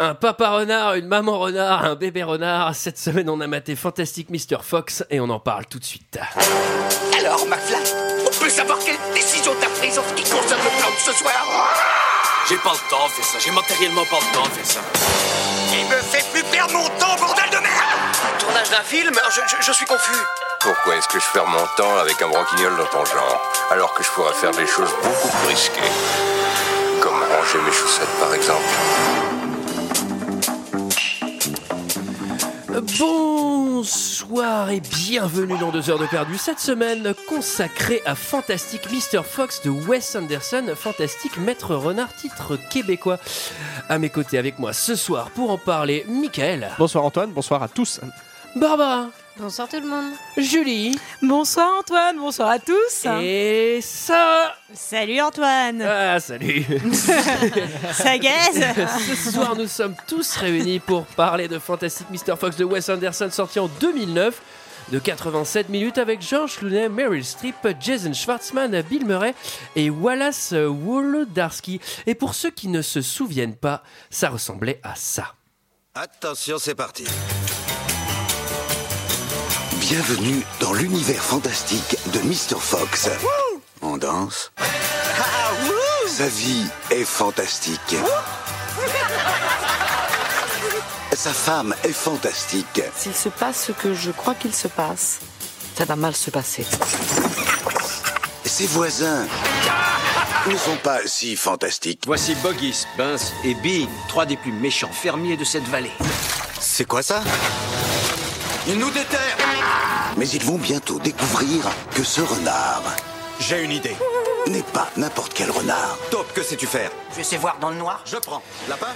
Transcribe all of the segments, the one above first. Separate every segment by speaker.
Speaker 1: Un papa renard, une maman renard, un bébé renard. Cette semaine, on a maté Fantastic Mr. Fox et on en parle tout de suite.
Speaker 2: Alors, McFly, on peut savoir quelle décision t'as prise en ce qui concerne le plan de ce soir
Speaker 3: J'ai pas le temps de faire ça, j'ai matériellement pas le temps de faire ça.
Speaker 2: Il me fait plus perdre mon temps, bordel de merde
Speaker 4: Tournage d'un film Euh, je, je- je suis confus.
Speaker 5: Pourquoi est-ce que je perds mon temps avec un branquignol dans ton genre, alors que je pourrais faire des choses beaucoup plus risquées Comme ranger mes chaussettes, par exemple.
Speaker 1: Bonsoir et bienvenue dans 2 heures de perdu. Cette semaine consacrée à Fantastic Mr. Fox de Wes Anderson, Fantastic Maître Renard, titre québécois. À mes côtés avec moi ce soir pour en parler, Michael,
Speaker 6: Bonsoir Antoine, bonsoir à tous.
Speaker 1: Barbara,
Speaker 7: Bonsoir tout le monde.
Speaker 1: Julie
Speaker 8: Bonsoir Antoine, bonsoir à tous.
Speaker 1: et Sarah.
Speaker 8: Salut Antoine.
Speaker 1: Ah, salut
Speaker 8: Ça gaze.
Speaker 1: Ce soir, nous sommes tous réunis pour parler de Fantastic Mr. Fox de Wes Anderson, sorti en 2009, de 87 minutes avec George Clooney, Meryl Streep, Jason Schwartzman, Bill Murray et Wallace Wolodarski. Et pour ceux qui ne se souviennent pas, ça ressemblait à ça.
Speaker 9: Attention, c'est parti. Bienvenue dans l'univers fantastique de Mr. Fox. On danse.
Speaker 8: Ah,
Speaker 9: Sa vie est fantastique. Sa femme est fantastique.
Speaker 10: S'il se passe ce que je crois qu'il se passe, ça va mal se passer.
Speaker 9: Ses voisins
Speaker 8: Ah.
Speaker 9: ne sont pas si fantastiques.
Speaker 3: Voici Boggis, Bince et Bing, trois des plus méchants fermiers de cette vallée.
Speaker 9: C'est quoi ça
Speaker 3: Ils nous déterrent
Speaker 8: Ah.
Speaker 9: Mais ils vont bientôt découvrir que ce renard
Speaker 4: J'ai une idée.
Speaker 9: n'est pas n'importe quel renard.
Speaker 4: Top, que sais-tu faire
Speaker 2: Je sais voir dans le noir.
Speaker 4: Je prends. Lapin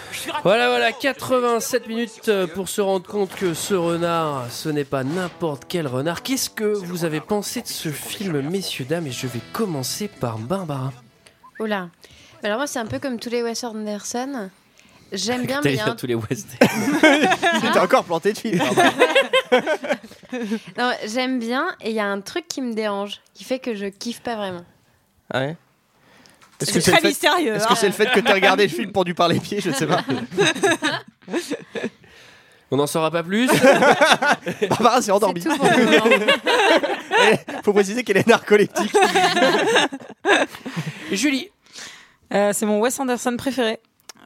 Speaker 1: Voilà, voilà, 87 minutes euh, pour se rendre compte que ce renard, ce n'est pas n'importe quel renard. Qu'est-ce que vous avez pensé de ce film, messieurs, dames Et je vais commencer par Barbara.
Speaker 7: Oula. Mais alors moi c'est un peu comme tous les Wes Anderson.
Speaker 1: Ah,
Speaker 7: J'aime bien, mais il y a un-
Speaker 1: tous les westerns.
Speaker 6: Il était encore planté de fil.
Speaker 7: non, j'aime bien et il y a un truc qui me dérange, qui fait que je kiffe pas vraiment.
Speaker 6: Ah ouais. Est-ce que
Speaker 8: C'est
Speaker 6: c'est le
Speaker 8: très
Speaker 6: fait,
Speaker 8: mystérieux.
Speaker 6: est-ce
Speaker 8: hein.
Speaker 6: que c'est le fait que t'as regardé le film pour du par les pieds Je sais pas.
Speaker 1: On n'en saura pas plus.
Speaker 6: Barbara s'est
Speaker 7: C'est
Speaker 6: endormie.
Speaker 7: tout pour le moment.
Speaker 6: bah, Faut préciser qu'elle est narcoleptique.
Speaker 1: Julie,
Speaker 8: Euh, c'est mon Wes Anderson préféré.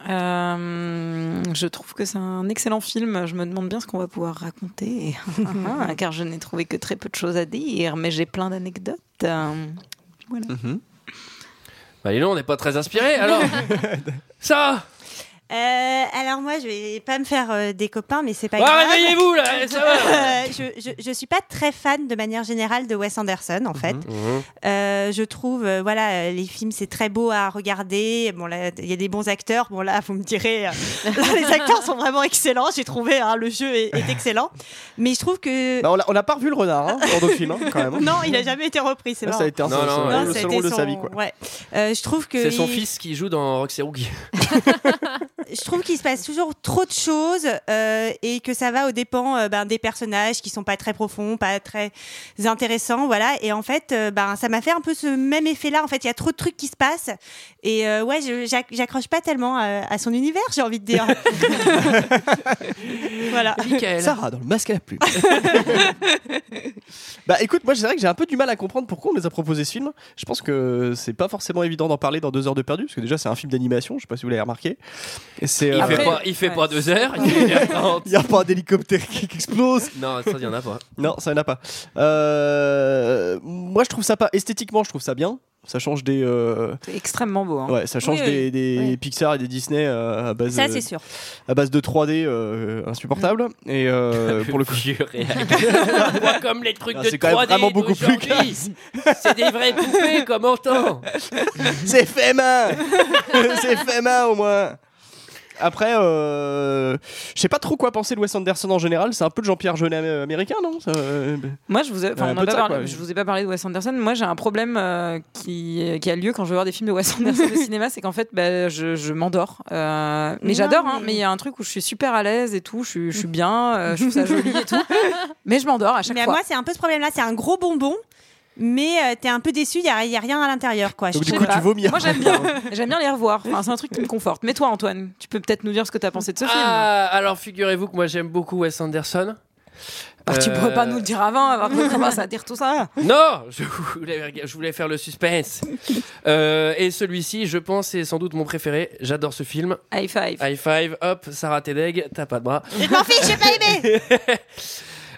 Speaker 8: Euh, je trouve que c'est un excellent film. Je me demande bien ce qu'on va pouvoir raconter, Ah, car je n'ai trouvé que très peu de choses à dire, mais j'ai plein d'anecdotes. Euh,
Speaker 1: bah dis donc, on n'est pas très inspiré. Alors, ça,
Speaker 11: Euh, alors moi, je vais pas me faire euh, des copains, mais c'est pas
Speaker 1: va,
Speaker 11: grave.
Speaker 1: réveillez-vous là, eh, ça va.
Speaker 11: Euh, je, je, je suis pas très fan de manière générale de Wes Anderson en
Speaker 6: Mhm.
Speaker 11: fait. Euh, je trouve euh, voilà euh, les films c'est très beau à regarder. Bon là il y a des bons acteurs. Bon là vous me direz euh, là, les acteurs sont vraiment excellents. J'ai trouvé hein, le jeu est, est excellent. Mais je trouve que
Speaker 6: Bah, on l'a- on n'a pas revu le renard hein, dans d'autres films hein, quand même.
Speaker 11: non il a jamais été repris. C'est
Speaker 6: Là,
Speaker 11: marrant.
Speaker 6: ça a été un
Speaker 1: Non,
Speaker 6: c'est-
Speaker 1: non,
Speaker 6: c'est
Speaker 1: ouais.
Speaker 11: Non,
Speaker 6: le
Speaker 11: ça a
Speaker 6: seul
Speaker 11: été
Speaker 6: rôle de sa
Speaker 11: Hein, son-
Speaker 6: vie quoi.
Speaker 11: ouais. Euh, je trouve que
Speaker 1: C'est son
Speaker 11: il-
Speaker 1: fils qui joue dans Roxy Roogie.
Speaker 11: je trouve qu'il se passe toujours trop de choses euh, et que ça va aux dépens euh, ben, des personnages qui sont pas très profonds, pas très intéressants, voilà. Et en fait, euh, ben, ça m'a fait un peu ce même effet-là. En fait, il y a trop de trucs qui se passent et euh, ouais, je- j'ac- j'accroche pas tellement à, à son univers, j'ai envie de dire. voilà.
Speaker 1: Michael.
Speaker 6: Sarah dans le masque à la plume. bah écoute, moi c'est vrai que j'ai un peu du mal à comprendre pourquoi on nous a proposé ce film. Je pense que c'est pas forcément évident d'en parler dans deux heures de perdu, parce que déjà c'est un film d'animation, je sais pas si vous l'avez remarqué. Et c'est,
Speaker 1: il,
Speaker 6: euh,
Speaker 1: fait
Speaker 8: Après-
Speaker 1: pas, il fait pas
Speaker 8: Ouais.
Speaker 1: deux heures, il fait une heure trente.
Speaker 6: Il n'y a pas d'hélicoptère qui qui explose.
Speaker 1: Non, ça, il y en a pas.
Speaker 6: Non, ça n'a pas. Euh, moi, je trouve ça pas esthétiquement, je trouve ça bien. Ça change des, euh,
Speaker 8: C'est extrêmement beau. hein.
Speaker 6: ouais, ça change
Speaker 8: Oui, oui.
Speaker 6: des, des
Speaker 8: Oui.
Speaker 6: Pixar et des Disney euh, à base,
Speaker 11: Ça,
Speaker 6: de-
Speaker 11: c'est sûr.
Speaker 6: à base de 3D euh, insupportable. Et euh, pour le coup,
Speaker 1: Vieux réac. Pas comme les trucs
Speaker 6: Non,
Speaker 1: de
Speaker 6: c'est quand même
Speaker 1: 3D
Speaker 6: vraiment beaucoup plus
Speaker 1: d'aujourd'hui. C'est des vraies poupées, comme on entend.
Speaker 6: c'est FMA, c'est FMA au moins. Après, euh, je sais pas trop quoi penser de Wes Anderson en général. C'est un peu de Jean-Pierre Jeunet am- américain, non Ça, euh,
Speaker 8: Moi, je vous, ai, enfin,
Speaker 6: Ouais, un
Speaker 8: on
Speaker 6: peu
Speaker 8: en a
Speaker 6: de
Speaker 8: pas
Speaker 6: ça,
Speaker 8: parlé-
Speaker 6: quoi.
Speaker 8: je vous ai pas parlé de Wes Anderson. Moi, j'ai un problème euh, qui, qui a lieu quand je vais voir des films de Wes Anderson au cinéma, c'est qu'en fait, bah, je, je m'endors. Euh, mais
Speaker 11: Non,
Speaker 8: j'adore, hein,
Speaker 11: mais-
Speaker 8: mais il y a un truc où je suis super à l'aise et tout, je, suis-
Speaker 10: Mm.
Speaker 8: je suis bien, euh, je trouve ça joli et tout. Mais je m'endors à chaque
Speaker 11: Mais à
Speaker 8: fois.
Speaker 11: moi, c'est un peu ce problème-là. C'est un gros bonbon. mais euh, t'es un peu déçu, il n'y a, y a rien à l'intérieur. quoi. Je
Speaker 6: Donc, du
Speaker 11: trouve.
Speaker 6: coup, tu vomis.
Speaker 8: Moi, j'aime bien, j'aime bien les revoir. Enfin, c'est un truc qui me conforte. Mais toi, Antoine, tu peux peut-être nous dire ce que tu as pensé de ce film.
Speaker 1: Ah, alors figurez-vous que moi j'aime beaucoup Wes Anderson.
Speaker 8: Alors, Ah, Tu
Speaker 1: Euh,
Speaker 8: pourrais pas nous le dire avant, avant qu'on commence à dire tout ça.
Speaker 1: Non, je voulais, je voulais faire le suspense. Euh, et celui-ci, je pense, est sans doute mon préféré. J'adore ce film.
Speaker 8: High five.
Speaker 1: High five, hop, Sarah Tedeg, t'as pas de bras.
Speaker 11: Je m'en fiche, j'ai pas aimé.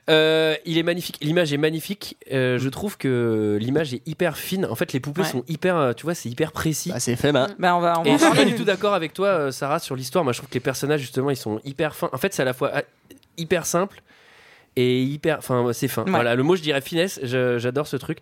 Speaker 1: Euh, il est magnifique, l'image est magnifique. Euh, je trouve que l'image est hyper fine. En fait, les poupées
Speaker 8: Ouais.
Speaker 1: sont hyper, euh, tu vois, c'est hyper précis.
Speaker 6: c'est fait, hein.
Speaker 8: Bah, on va, on va
Speaker 1: Et
Speaker 8: en
Speaker 1: je suis pas
Speaker 8: parler.
Speaker 1: du tout d'accord avec toi, euh, Sarah, sur l'histoire. Moi, je trouve que les personnages, justement, ils sont hyper fins. En fait, c'est à la fois ah, hyper simple et hyper. Enfin, c'est fin.
Speaker 6: Ouais.
Speaker 1: Voilà, le mot, je dirais finesse. Je- J'adore ce truc.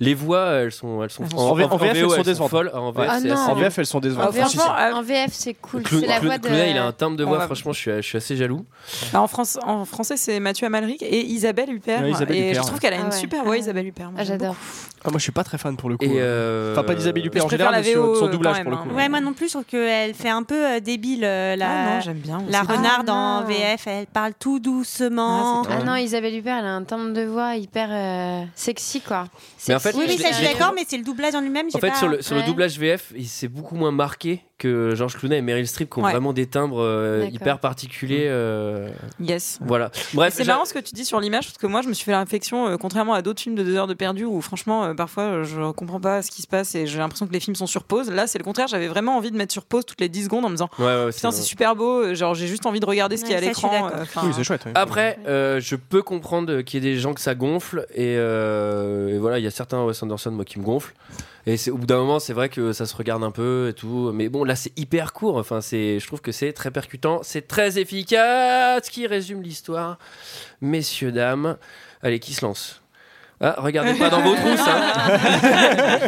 Speaker 1: Les voix, elles sont, elles sont.
Speaker 6: En, V- en VF, elles sont décevantes.
Speaker 1: folles. En VF, c'est assez
Speaker 8: Ah.
Speaker 6: En
Speaker 1: nul.
Speaker 6: VF, elles sont décevantes.
Speaker 8: hein.
Speaker 7: Franchement, en VF, c'est cool.
Speaker 1: Clown-
Speaker 7: C'est la
Speaker 1: Clown-
Speaker 7: voix de.
Speaker 1: Clooney, il a un timbre de
Speaker 8: On
Speaker 1: voix.
Speaker 8: va-
Speaker 1: Franchement, je suis, je suis assez jaloux.
Speaker 8: Bah, en, France, en français, c'est Mathieu Amalric et Isabelle Huppert.
Speaker 6: Ouais, Isabelle
Speaker 8: et
Speaker 6: Huppert.
Speaker 8: je trouve qu'elle a une
Speaker 7: Ah ouais.
Speaker 8: super voix, Isabelle Huppert. Moi, j'aime
Speaker 7: j'adore.
Speaker 6: Ah, moi, je suis pas très fan pour le coup.
Speaker 1: Et,
Speaker 6: hein.
Speaker 1: euh,
Speaker 6: Enfin, pas d'Isabelle Huppert en
Speaker 8: préfère
Speaker 6: général,
Speaker 8: la
Speaker 6: mais sur-
Speaker 8: VO
Speaker 6: son
Speaker 8: quand
Speaker 6: doublage
Speaker 8: même,
Speaker 6: pour le
Speaker 8: hein.
Speaker 6: coup.
Speaker 11: Ouais, moi non plus, je trouve qu'elle fait un peu euh, débile, euh, la,
Speaker 8: Ah non, j'aime bien
Speaker 11: la
Speaker 8: aussi.
Speaker 11: renarde
Speaker 7: Ah
Speaker 11: en
Speaker 7: non.
Speaker 11: VF. Elle parle tout doucement.
Speaker 7: Ah non, Isabelle Huppert, elle a un timbre de voix hyper euh, sexy, quoi.
Speaker 1: Mais en fait,
Speaker 11: oui, oui, ça, je suis
Speaker 1: j'ai-
Speaker 11: d'accord, mais c'est le doublage en lui-même.
Speaker 1: En
Speaker 11: j'ai
Speaker 1: fait,
Speaker 11: pas-
Speaker 1: sur le, sur
Speaker 7: Ouais.
Speaker 1: le doublage VF, il- c'est beaucoup moins marqué que Georges Clooney et Meryl Streep qui ont
Speaker 8: Ouais.
Speaker 1: vraiment des timbres euh,
Speaker 8: D'accord.
Speaker 1: hyper particuliers. euh,
Speaker 8: Yes.
Speaker 1: Voilà.
Speaker 8: Et
Speaker 1: Bref,
Speaker 8: c'est
Speaker 1: j'a-
Speaker 8: marrant ce que tu dis sur l'image parce que moi je me suis fait la réflexion euh, contrairement à d'autres films de deux heures de perdu où franchement euh, parfois euh, je comprends pas ce qui se passe et j'ai l'impression que les films sont sur pause là c'est le contraire j'avais vraiment envie de mettre sur pause toutes les 10 secondes en me disant
Speaker 1: Ouais, ouais, ouais,
Speaker 8: putain
Speaker 1: c'est-
Speaker 8: c'est super beau euh, genre j'ai juste envie de regarder ce qu'il y a à
Speaker 11: Ouais, ça, je suis
Speaker 8: l'écran
Speaker 11: d'accord.
Speaker 8: euh, enfin,
Speaker 6: Oui, c'est chouette. ouais.
Speaker 1: Après, euh, je peux comprendre qu'il y ait des gens que ça gonfle et, euh, et voilà, il y a certains Wes Anderson moi qui me gonflent. Et c'est au bout d'un moment, c'est vrai que ça se regarde un peu et tout, mais bon, là c'est hyper court. Enfin, c'est, je trouve que c'est très percutant, c'est très efficace, qui résume l'histoire, messieurs dames. Allez, qui se lance ah, regardez pas dans vos trousses, hein.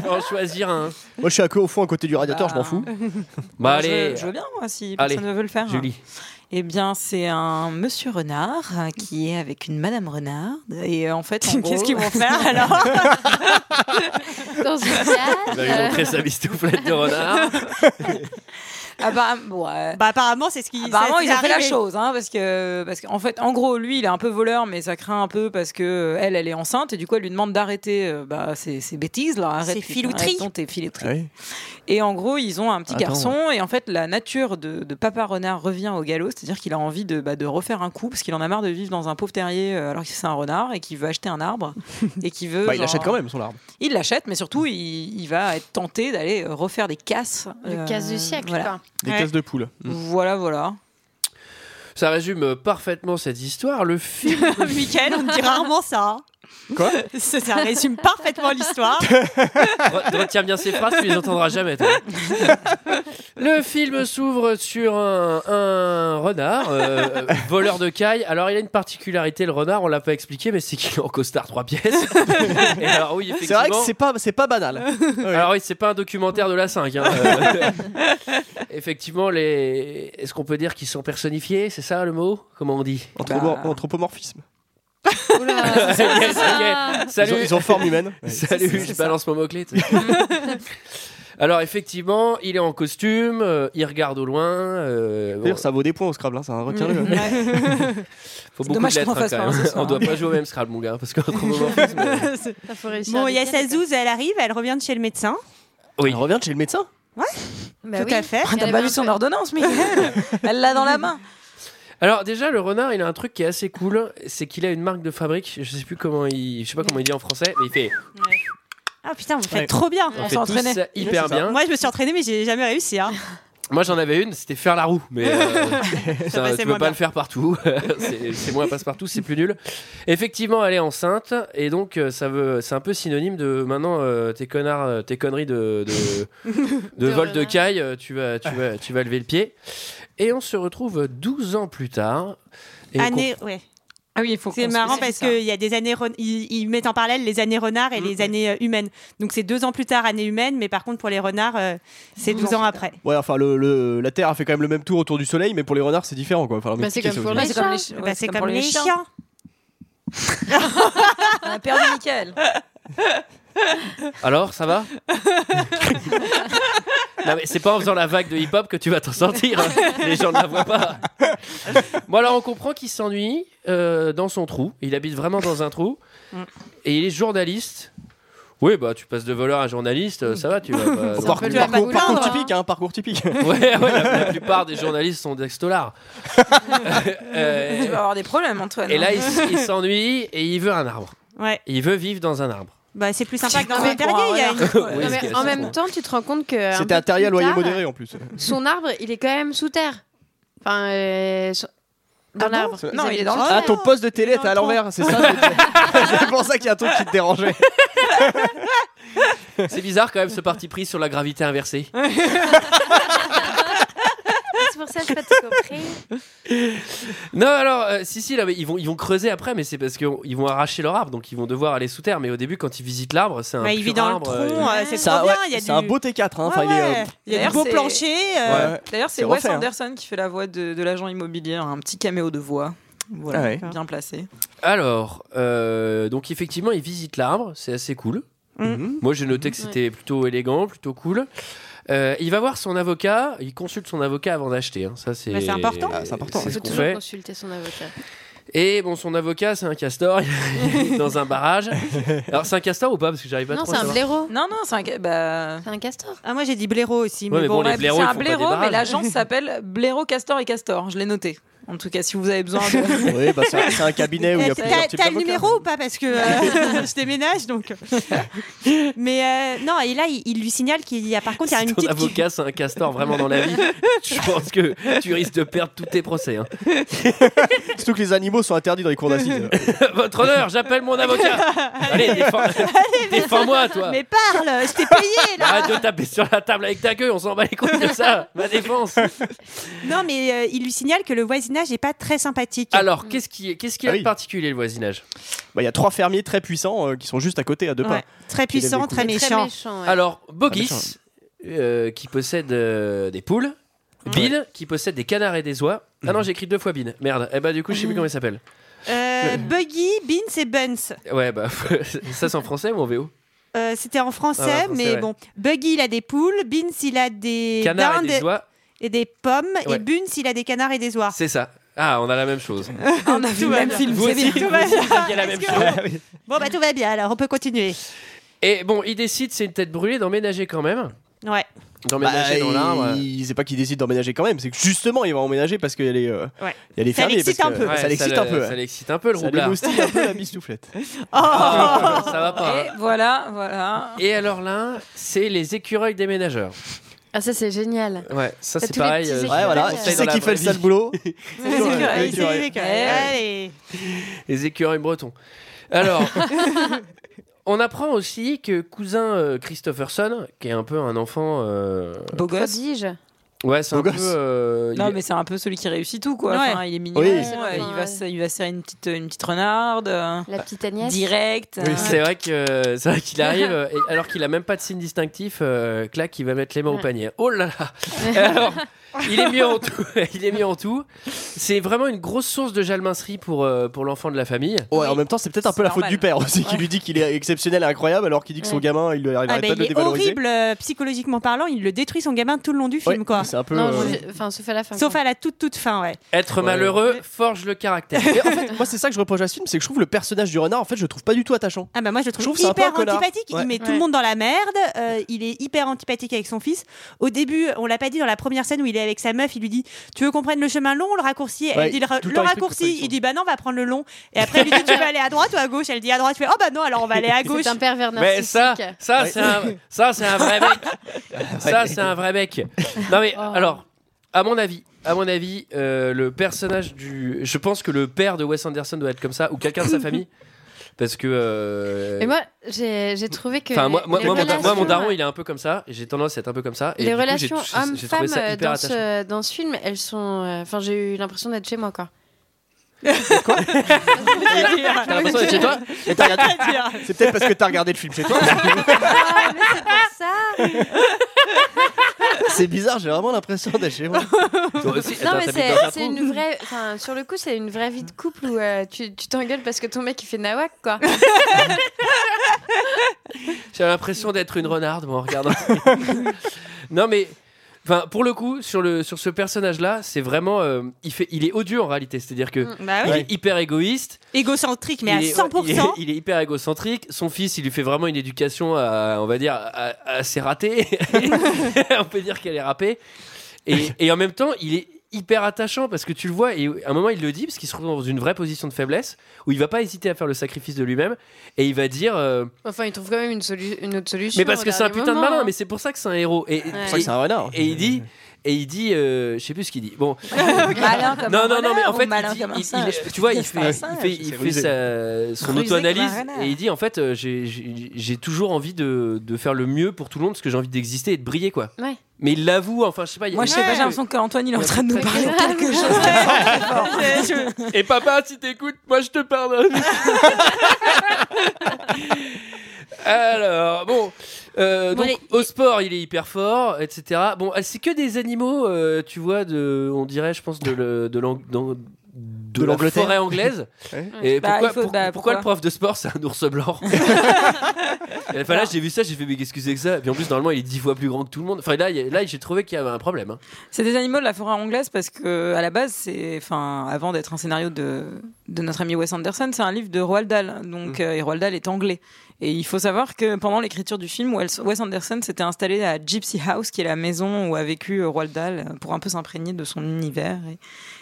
Speaker 1: Faut en choisir un.
Speaker 6: Moi, je suis à queue au fond à côté du radiateur, je m'en fous.
Speaker 1: Bah
Speaker 8: Euh, je-
Speaker 1: allez,
Speaker 8: je, veux bien moi si
Speaker 1: Allez,
Speaker 8: personne ne veut le faire
Speaker 1: Julie.
Speaker 8: Eh bien, c'est un monsieur renard euh, qui est avec une madame renard. Et euh, en fait, en gros-
Speaker 10: Qu'est-ce qu'ils vont faire, alors
Speaker 7: Dans une salle. euh,
Speaker 1: Vous avez montré sa bistouflette de renard.
Speaker 8: Ah bah, bon, ouais.
Speaker 11: Bah, apparemment, c'est ce qui.
Speaker 8: Apparemment,
Speaker 11: ça,
Speaker 8: ils ont fait la
Speaker 11: arrivé.
Speaker 8: chose, hein, parce que parce qu'en fait, en gros, lui, il est un peu voleur, mais ça craint un peu parce que euh, elle, elle est enceinte et du coup, elle lui demande d'arrêter euh, bah, ces, ces bêtises là, arrête,
Speaker 11: Ces
Speaker 8: putain,
Speaker 11: filouteries.
Speaker 8: arrête donc tes
Speaker 6: Ah
Speaker 8: filouteries. Et en gros, ils ont un petit
Speaker 6: Attends.
Speaker 8: garçon et en fait, la nature de, de Papa Renard revient au galop, c'est-à-dire qu'il a envie de, bah, de refaire un coup parce qu'il en a marre de vivre dans un pauvre terrier euh, alors que c'est un renard et qu'il veut acheter un arbre et qu'il veut.
Speaker 6: Bah, il
Speaker 8: genre-
Speaker 6: achète quand même son arbre.
Speaker 8: Il l'achète, mais surtout, il, il va être tenté d'aller euh, refaire des casses.
Speaker 7: Le
Speaker 8: euh,
Speaker 7: casse du siècle,
Speaker 8: voilà.
Speaker 7: quoi.
Speaker 6: Des cases de poule.
Speaker 8: Voilà, voilà.
Speaker 1: Ça résume parfaitement cette histoire. Le film
Speaker 11: Michael, on me dit rarement ça.
Speaker 6: Quoi
Speaker 11: ça, ça résume parfaitement l'histoire.
Speaker 1: Re- Retiens bien ces phrases, tu les entendras jamais. toi. Le film s'ouvre sur un, un renard, euh, euh, voleur de caille. Alors, il a une particularité, le renard, on l'a pas expliqué, mais c'est qu'il est en costard trois pièces. Et alors, oui,
Speaker 6: C'est vrai que
Speaker 1: effectivement.
Speaker 6: c'est pas, c'est pas banal.
Speaker 1: Alors oui, c'est pas un documentaire de la 5. hein. Euh, effectivement, les... est-ce qu'on peut dire qu'ils sont personnifiés C'est ça le mot Comment on dit
Speaker 6: Anthropo- Anthropomorphisme.
Speaker 7: Oula.
Speaker 1: Yes, ok.
Speaker 6: Ils ont,
Speaker 1: Salut.
Speaker 6: ils ont forme humaine.
Speaker 1: Salut, je balance mon mot-clé. tu sais. Alors, effectivement, il est en costume, euh, il regarde au loin. euh, bon,
Speaker 6: D'ailleurs, ça vaut des points au Scrabble, hein, ça
Speaker 8: Mm.
Speaker 6: retiens-le.
Speaker 1: faut
Speaker 8: c'est
Speaker 1: beaucoup
Speaker 8: dommage
Speaker 1: de
Speaker 8: qu'on en
Speaker 1: lettres, hein,
Speaker 8: fasse
Speaker 1: quand
Speaker 8: pas
Speaker 1: même.
Speaker 8: un ce soir,
Speaker 1: On doit
Speaker 8: hein.
Speaker 1: pas jouer au même Scrabble, mon gars, parce qu'un traumatisme, euh,
Speaker 7: Ça, faut réussir
Speaker 11: Bon,
Speaker 7: à
Speaker 11: il y a
Speaker 7: décaler, quoi.
Speaker 11: Sazouz, elle arrive, elle revient de chez le médecin.
Speaker 1: Oui.
Speaker 6: Il revient de chez le médecin.
Speaker 7: Bah
Speaker 11: Tout
Speaker 7: oui.
Speaker 11: à fait.
Speaker 8: Ah, T'as
Speaker 7: Elle
Speaker 8: pas
Speaker 7: avait
Speaker 8: vu
Speaker 7: un
Speaker 8: son
Speaker 7: peu-
Speaker 8: ordonnance, mais elle l'a dans la main.
Speaker 1: Alors déjà, le renard, il a un truc qui est assez cool, c'est qu'il a une marque de fabrique. Je sais plus comment il, je sais pas comment il dit en français, mais il fait.
Speaker 11: Ah putain, vous faites
Speaker 6: Ouais.
Speaker 11: trop bien.
Speaker 1: On,
Speaker 8: On
Speaker 1: fait
Speaker 8: s'est
Speaker 1: tous
Speaker 8: entraîné.
Speaker 1: ça hyper
Speaker 6: Oui, c'est ça.
Speaker 1: bien.
Speaker 11: Moi, je me suis entraînée, mais j'ai jamais réussi. hein.
Speaker 1: Moi, j'en avais une, c'était faire la roue, mais euh, ça,
Speaker 11: passait
Speaker 1: tu peux
Speaker 11: moins
Speaker 1: pas
Speaker 11: bien.
Speaker 1: le faire partout. c'est c'est moins passe partout, c'est plus nul. Effectivement, elle est enceinte et donc euh, ça veut, c'est un peu synonyme de maintenant euh, tes connards, euh, tes conneries de de, de
Speaker 7: De
Speaker 1: vol de
Speaker 7: renard.
Speaker 1: caille, euh, tu vas, tu vas, tu vas lever le pied. Et on se retrouve 12 ans plus tard. Et on
Speaker 11: Année, ouais.
Speaker 8: Ah oui, il faut.
Speaker 11: C'est marrant parce qu'il y a des années, ren- ils, ils mettent en parallèle les années renards et les années euh, humaines. Donc c'est deux ans plus tard, années humaines, mais par contre pour les renards, euh, c'est 12 ans après.
Speaker 6: Ouais, enfin, le, le- la Terre a fait quand même le même tour autour du Soleil, mais pour les renards, c'est différent, quoi. Faut leur
Speaker 7: Bah, c'est
Speaker 6: expliquer
Speaker 7: comme
Speaker 6: ça aussi.
Speaker 7: pour les
Speaker 8: c'est comme les
Speaker 7: chiens.
Speaker 8: chi-
Speaker 11: Bah,
Speaker 8: ouais,
Speaker 11: c'est comme, les chiens.
Speaker 8: On a perdu Michael.
Speaker 1: Alors, ça va Non, mais c'est pas en faisant la vague de hip-hop que tu vas t'en sortir. hein. Les gens ne la voient pas. Bon, alors, on comprend qu'il s'ennuie euh, dans son trou. Il habite vraiment dans un trou. Et il est journaliste. Oui, bah tu passes de voleur à journaliste, euh, ça va, tu vas. bah,
Speaker 6: Par-
Speaker 1: non plus.
Speaker 6: par- parcours, typique, hein, parcours typique.
Speaker 1: Ouais, ouais, la, la plupart des journalistes sont d'extolars.
Speaker 8: Tu vas avoir des problèmes, Antoine.
Speaker 1: et là,
Speaker 8: hein.
Speaker 1: il, s- il s'ennuie et il veut un arbre.
Speaker 11: Ouais.
Speaker 1: Il veut vivre dans un arbre.
Speaker 11: Bah, c'est plus sympa que dans
Speaker 8: con
Speaker 11: le terrier.
Speaker 8: pour
Speaker 11: il y a
Speaker 8: un
Speaker 11: une-
Speaker 1: renard. Oui,
Speaker 7: Non,
Speaker 1: c'est
Speaker 7: mais
Speaker 1: vrai,
Speaker 7: en
Speaker 1: c'est
Speaker 7: même
Speaker 1: vrai.
Speaker 7: temps, tu te rends compte que.
Speaker 11: Bah,
Speaker 7: un
Speaker 6: C'était
Speaker 7: peu
Speaker 6: un terrier à
Speaker 7: plus
Speaker 6: loyer
Speaker 11: hein.
Speaker 7: tard,
Speaker 6: modéré en plus.
Speaker 7: Son arbre, il est quand même sous terre. Enfin, euh, sur- dans l'arbre. Ils
Speaker 8: Non, il est
Speaker 7: habitent
Speaker 8: dans le
Speaker 7: sous
Speaker 8: trou.
Speaker 6: Ah, ton poste de télé était à l'envers, c'est ça c'était- C'est pour ça qu'il y a un truc qui te dérangeait.
Speaker 1: C'est bizarre quand même ce parti pris sur la gravité inversée.
Speaker 7: terre. Ah, C'est pour ça que je pas tout compris.
Speaker 1: Non, alors, euh, si, si, là, mais ils, vont, ils vont creuser après, mais c'est parce qu'ils vont arracher leur arbre, donc ils vont devoir aller sous terre. Mais au début, quand ils visitent l'arbre, c'est un.
Speaker 11: Ouais, Bah, il
Speaker 1: pur
Speaker 11: vit dans le
Speaker 1: arbre,
Speaker 11: tronc,
Speaker 1: euh,
Speaker 11: euh, c'est
Speaker 6: Ça,
Speaker 11: trop
Speaker 6: ouais,
Speaker 11: bien. Il y a
Speaker 6: c'est
Speaker 11: du-
Speaker 6: un beau T4. Hein, enfin, il est, euh,
Speaker 11: Ouais, Il y a
Speaker 8: D'ailleurs,
Speaker 11: du beau
Speaker 8: c'est-
Speaker 11: plancher. euh,
Speaker 6: ouais.
Speaker 8: D'ailleurs, c'est
Speaker 6: C'est
Speaker 8: Wes
Speaker 6: refait, hein.
Speaker 8: Anderson qui fait la voix de, de l'agent immobilier, hein, un petit caméo de voix. Voilà,
Speaker 6: Ah ouais.
Speaker 8: bien placé.
Speaker 1: Alors, euh, donc effectivement, ils visitent l'arbre, c'est assez cool.
Speaker 11: Mm.
Speaker 6: Mhm.
Speaker 1: Moi, j'ai noté que c'était plutôt élégant, plutôt cool. Euh, il va voir son avocat, il consulte son avocat avant d'acheter. hein. Ça, c'est
Speaker 11: Bah, c'est important.
Speaker 6: Ah, c'est important.
Speaker 1: C'est
Speaker 7: Il
Speaker 1: ce
Speaker 7: faut
Speaker 1: qu'on
Speaker 7: toujours
Speaker 1: fait.
Speaker 7: consulter son avocat.
Speaker 1: Et bon, son avocat, c'est un castor il est dans un barrage. Alors, c'est un castor ou pas Parce que j'arrive pas
Speaker 7: non,
Speaker 1: trop
Speaker 7: c'est
Speaker 1: à
Speaker 7: un
Speaker 1: savoir.
Speaker 7: blaireau.
Speaker 8: Non, non, c'est un. ca- Bah...
Speaker 7: C'est un castor.
Speaker 11: Ah, moi j'ai dit blaireau aussi.
Speaker 1: Ouais,
Speaker 11: mais
Speaker 1: mais
Speaker 11: bon,
Speaker 1: bon, les
Speaker 11: ouais,
Speaker 1: blaireaux,
Speaker 8: c'est
Speaker 1: ils
Speaker 8: un
Speaker 1: font pas
Speaker 8: blaireau,
Speaker 1: des barrages.
Speaker 8: mais l'agence s'appelle Blaireau, Castor et Castor. Je l'ai noté. En tout cas, si vous avez besoin de.
Speaker 6: Oui, bah, c'est un- c'est un cabinet où il y a
Speaker 11: Euh,
Speaker 6: plusieurs
Speaker 11: T'as
Speaker 6: types
Speaker 11: t'as le
Speaker 6: d'avocats.
Speaker 11: numéro ou pas Parce que euh, je déménage donc. Mais euh, non, et là, il, il lui signale qu'il y a par contre il y a
Speaker 1: Si
Speaker 11: une
Speaker 1: ton
Speaker 11: petite.
Speaker 1: avocat, c'est un castor vraiment dans la vie, je pense que tu risques de perdre tous tes procès. hein.
Speaker 6: Surtout que les animaux sont interdits dans les cours d'assises.
Speaker 1: Votre honneur, j'appelle mon avocat. Allez, défends- défends-moi, toi.
Speaker 11: Mais parle, je t'ai payé là
Speaker 1: Arrête de taper sur la table avec ta queue, on s'en bat les couilles de ça. Ma défense.
Speaker 11: Non, mais euh, il lui signale que le voisinage n'est pas très sympathique.
Speaker 1: Alors, qu'est-ce qui qu'est-ce qu'il y a
Speaker 6: Ah
Speaker 1: de
Speaker 6: oui.
Speaker 1: particulier le voisinage
Speaker 6: Bah, il y a trois fermiers très puissants euh, qui sont juste à côté, à deux
Speaker 11: Ouais.
Speaker 6: pas.
Speaker 11: Très puissant,
Speaker 6: Il
Speaker 11: très
Speaker 7: Il est
Speaker 11: méchant.
Speaker 7: méchant. ouais.
Speaker 1: Alors,
Speaker 6: Ah,
Speaker 1: Bogis, euh, qui possède euh, des poules. Bill, qui possède des canards et des oies. Ah
Speaker 6: Mhm.
Speaker 1: non, j'ai écrit deux fois Bill. Merde. Eh bah, du coup, je sais plus comment il s'appelle.
Speaker 11: Euh, Buggy, Beans et Buns.
Speaker 1: Ouais, bah, ça c'est en français ou en VO
Speaker 11: Euh, C'était en français,
Speaker 1: Ah ouais, en français,
Speaker 11: mais
Speaker 1: ouais.
Speaker 11: bon. Buggy, il a des poules. Beans, il a des
Speaker 1: Canards et
Speaker 11: dindes
Speaker 1: des oies,
Speaker 11: et des pommes.
Speaker 1: Ouais.
Speaker 11: Et Buns, il a des canards et des oies.
Speaker 1: c'est ça. Ah, on a la même chose.
Speaker 8: On a vu le même film.
Speaker 1: Vous
Speaker 8: c'est
Speaker 1: aussi,
Speaker 8: bien.
Speaker 1: vous aussi, vous aviez la même chose.
Speaker 11: Bon, bah tout va bien, alors on peut continuer.
Speaker 1: Et bon, il décide, c'est une tête brûlée, d'emménager quand même.
Speaker 11: Ouais.
Speaker 1: D'emménager dans l'arbre.
Speaker 6: Bah, il... C'est pas qu'il décide d'emménager quand même, c'est que justement il va emménager parce qu'il y a les, euh,
Speaker 11: Ouais.
Speaker 6: il y a les
Speaker 11: Ça
Speaker 6: fermiers.
Speaker 11: l'excite
Speaker 6: parce
Speaker 11: un
Speaker 6: que
Speaker 11: peu.
Speaker 1: Ouais,
Speaker 6: Ça l'excite
Speaker 1: le-
Speaker 6: un peu.
Speaker 1: Ça l'excite un peu le
Speaker 6: Ça
Speaker 1: roublard.
Speaker 6: l'émoustille un peu la bistouflette.
Speaker 11: Oh,
Speaker 1: Ah, ça va pas.
Speaker 8: Et voilà, voilà.
Speaker 1: Et alors là, c'est les écureuils des ménageurs.
Speaker 7: Ah, ça, c'est génial.
Speaker 1: Ouais, ça
Speaker 7: T'as
Speaker 1: c'est
Speaker 7: tous les
Speaker 1: pareil.
Speaker 7: petits
Speaker 1: euh, je
Speaker 7: écureuils.
Speaker 1: vous
Speaker 6: Ouais, voilà.
Speaker 1: conseille
Speaker 6: Qui
Speaker 1: dans
Speaker 6: c'est
Speaker 1: la
Speaker 6: qui
Speaker 1: vraie
Speaker 6: fait le
Speaker 1: vie.
Speaker 6: sale boulot
Speaker 8: C'est
Speaker 11: C'est
Speaker 8: écureuils,
Speaker 11: écureuil,
Speaker 8: c'est
Speaker 11: c'est
Speaker 6: écureuil.
Speaker 11: écureuil.
Speaker 8: Ouais.
Speaker 11: Allez.
Speaker 1: Les écureuils bretons. Alors, on apprend aussi que cousin euh, Christopherson, qui est un peu un enfant. euh,
Speaker 8: Beau gosse.
Speaker 7: Prodige.
Speaker 1: Ouais, c'est un
Speaker 6: Beau
Speaker 1: peu.
Speaker 6: gosse.
Speaker 1: euh, il
Speaker 8: Non,
Speaker 1: est-
Speaker 8: mais c'est un peu celui qui réussit tout, quoi.
Speaker 11: Ouais.
Speaker 8: Enfin, il est mignon,
Speaker 6: Oui.
Speaker 8: euh, il, va,
Speaker 7: Ouais.
Speaker 8: se- il va serrer une petite, une petite renarde, euh,
Speaker 7: La petite Agnès.
Speaker 8: direct. euh,
Speaker 1: Oui, c'est vrai que euh, c'est vrai qu'il arrive euh, et- alors qu'il a même pas de signe distinctif. Euh, clac, il va mettre les mains au panier. Oh là là. Et Alors, il est mieux en tout. il est mieux en tout. C'est vraiment une grosse source de jalmincerie pour euh, pour l'enfant de la famille.
Speaker 6: Ouais, en même temps, c'est peut-être un
Speaker 8: C'est
Speaker 6: peu la faute
Speaker 8: normal.
Speaker 6: du père aussi qui
Speaker 8: Ouais.
Speaker 6: lui dit qu'il est exceptionnel et incroyable alors qu'il dit que son
Speaker 7: Ouais.
Speaker 6: gamin il lui arriverait
Speaker 11: Ah,
Speaker 6: pas
Speaker 11: bah,
Speaker 6: de
Speaker 11: il
Speaker 6: le
Speaker 11: est
Speaker 6: dévaloriser.
Speaker 11: horrible, euh, psychologiquement parlant. Il le détruit son gamin tout le long du film,
Speaker 6: Ouais,
Speaker 11: quoi.
Speaker 6: C'est un peu.
Speaker 7: Non,
Speaker 6: euh,
Speaker 7: je- enfin, sauf à la fin.
Speaker 11: Sauf
Speaker 7: quoi.
Speaker 11: à la toute, toute fin, ouais.
Speaker 1: Être
Speaker 6: Ouais.
Speaker 1: malheureux forge le caractère.
Speaker 6: Mais en fait, moi, c'est ça que je reproche à ce film, c'est que je trouve le personnage du renard, en fait, je le trouve pas du tout attachant.
Speaker 11: Ah bah moi je le trouve,
Speaker 6: Je trouve que c'est un peu
Speaker 11: hyper
Speaker 6: un connard.
Speaker 11: antipathique,
Speaker 6: Ouais.
Speaker 11: il met tout le
Speaker 7: Ouais.
Speaker 11: monde dans la merde, euh, il est hyper antipathique avec son fils. Au début, on l'a pas dit dans la première scène où il est avec sa meuf, il lui dit "Tu veux qu'on prenne le chemin long ou le raccourci Elle
Speaker 6: Ouais,
Speaker 11: dit le, ra-
Speaker 6: tout le
Speaker 11: le
Speaker 6: temps, il fait
Speaker 11: raccourci,
Speaker 6: contradiction.
Speaker 11: il dit "Bah non, on va prendre le long." Et après il lui dit "Tu vas aller à droite ou à gauche Elle dit "À droite." Tu fais "Oh bah non, alors on va aller à gauche."
Speaker 7: C'est un pervers narcissique.
Speaker 1: Mais ça, Euh. ça c'est un, ça c'est un vrai mec. Ça c'est un vrai mec. Non mais
Speaker 7: Oh.
Speaker 1: alors, à mon avis, à mon avis, euh, le personnage du, je pense que le père de Wes Anderson doit être comme ça ou quelqu'un de sa famille, parce que. euh,
Speaker 7: Mais moi, j'ai j'ai trouvé que.
Speaker 1: Enfin, moi, moi,
Speaker 7: les
Speaker 1: moi, mon da- moi, mon
Speaker 7: relations-
Speaker 1: daron, il est un peu comme ça. et J'ai tendance à être un peu comme ça. Et
Speaker 7: les
Speaker 1: du coup, j'ai
Speaker 7: relations
Speaker 1: tout- j'ai- j'ai trouvé
Speaker 7: hommes-femmes
Speaker 1: ça
Speaker 7: euh,
Speaker 1: hyper
Speaker 7: dans
Speaker 1: attachant.
Speaker 7: ce, dans ce film, elles sont. euh, Enfin, j'ai eu l'impression d'être chez moi, quoi.
Speaker 1: T'as
Speaker 7: Bah
Speaker 1: l'impression d'être chez toi
Speaker 6: Et t'as regardé- C'est peut-être parce que t'as regardé le film chez toi.
Speaker 7: Ah, mais c'est pour ça
Speaker 6: c'est bizarre, j'ai vraiment l'impression d'être chez moi.
Speaker 1: Toi aussi,
Speaker 6: Eh
Speaker 7: Non,
Speaker 6: ben,
Speaker 1: attends,
Speaker 7: mais
Speaker 1: t'habites
Speaker 7: c'est
Speaker 1: dans un
Speaker 7: c'est
Speaker 1: trou
Speaker 7: une vraie. Enfin, sur le coup, c'est une vraie vie de couple où euh, tu tu t'engueules parce que ton mec, il fait nawak, quoi.
Speaker 1: J'ai l'impression d'être une renarde, moi, en regardant. non, mais Enfin, pour le coup, sur, le, sur ce personnage-là, c'est vraiment. euh, il, fait, il est odieux en réalité. C'est-à-dire que
Speaker 11: Mm,
Speaker 7: Ah
Speaker 11: bah oui.
Speaker 1: il est hyper égoïste.
Speaker 11: Égocentrique, mais à
Speaker 1: il est-
Speaker 11: 100%.
Speaker 1: il, est, il est hyper égocentrique. Son fils, il lui fait vraiment une éducation, à, on va dire, à- assez ratée. on peut dire qu'elle est râpée. Et, et en même temps, il est hyper attachant parce que tu le vois et à un moment il le dit parce qu'il se trouve dans une vraie position de faiblesse où il va pas hésiter à faire le sacrifice de lui-même et il va dire euh,
Speaker 7: Enfin, il trouve quand même une, solu- une autre solution.
Speaker 1: mais parce
Speaker 7: au
Speaker 1: que c'est un
Speaker 7: dernier
Speaker 1: putain de
Speaker 7: moment,
Speaker 1: malin,
Speaker 7: hein.
Speaker 1: mais c'est pour ça que c'est un héros. Et,
Speaker 7: C'est pour ça que c'est
Speaker 1: un Et il dit. Et il dit, euh, je sais plus ce qu'il dit. Bon.
Speaker 8: Malin comme un
Speaker 1: non, non, non, mais en
Speaker 8: renard ou
Speaker 1: fait,
Speaker 8: malin
Speaker 1: il dit-
Speaker 8: comme un
Speaker 1: il- il-
Speaker 8: singe
Speaker 1: tu vois, il
Speaker 8: Qu'est-ce
Speaker 1: fait,
Speaker 8: qu'un
Speaker 1: il
Speaker 8: singe
Speaker 1: fait, il
Speaker 8: C'est
Speaker 1: fait sa- son
Speaker 8: Rusé comme un
Speaker 1: auto-analyse
Speaker 8: renard.
Speaker 1: et il dit, en fait, euh, j'ai- j'ai j'ai toujours envie de, de faire le mieux pour tout le monde parce que j'ai envie d'exister et de briller, quoi.
Speaker 7: Ouais.
Speaker 1: Mais il l'avoue, enfin, je sais pas. il y a-
Speaker 8: Moi, je sais pas, j'ai l'impression qu'Antoine, il est en train de nous parler de quelque chose.
Speaker 1: Et papa, si t'écoutes, moi je te pardonne. Alors, bon, euh,
Speaker 7: Bon,
Speaker 1: donc au sport, il est hyper fort, etc. Bon, ah, c'est que des animaux, euh, tu vois, de, on dirait, je pense, de, le- de l'ang- dans- de la
Speaker 6: l'Angleterre.
Speaker 1: forêt anglaise.
Speaker 6: Ouais.
Speaker 1: Et
Speaker 8: Bah,
Speaker 1: pourquoi,
Speaker 8: il faut-
Speaker 1: pour- pourquoi
Speaker 8: bah, pourquoi
Speaker 1: le prof de sport, c'est un ours blanc Enfin là, j'ai vu ça, j'ai fait, mais qu'est-ce que c'est que ça Et puis en plus, normalement, il est dix fois plus grand que tout le monde. Enfin là, il y a- là j'ai trouvé qu'il y avait un problème. hein.
Speaker 8: C'est des animaux de la forêt anglaise parce que à la base, c'est, enfin, avant d'être un scénario de, de notre ami Wes Anderson, c'est un livre de Roald Dahl. Donc,
Speaker 1: Mm.
Speaker 8: euh, et Roald Dahl est anglais. Et il faut savoir que pendant l'écriture du film, Wes Wes Anderson s'était installé à Gypsy House, qui est la maison où a vécu euh, Roald Dahl, euh, pour un peu s'imprégner de son univers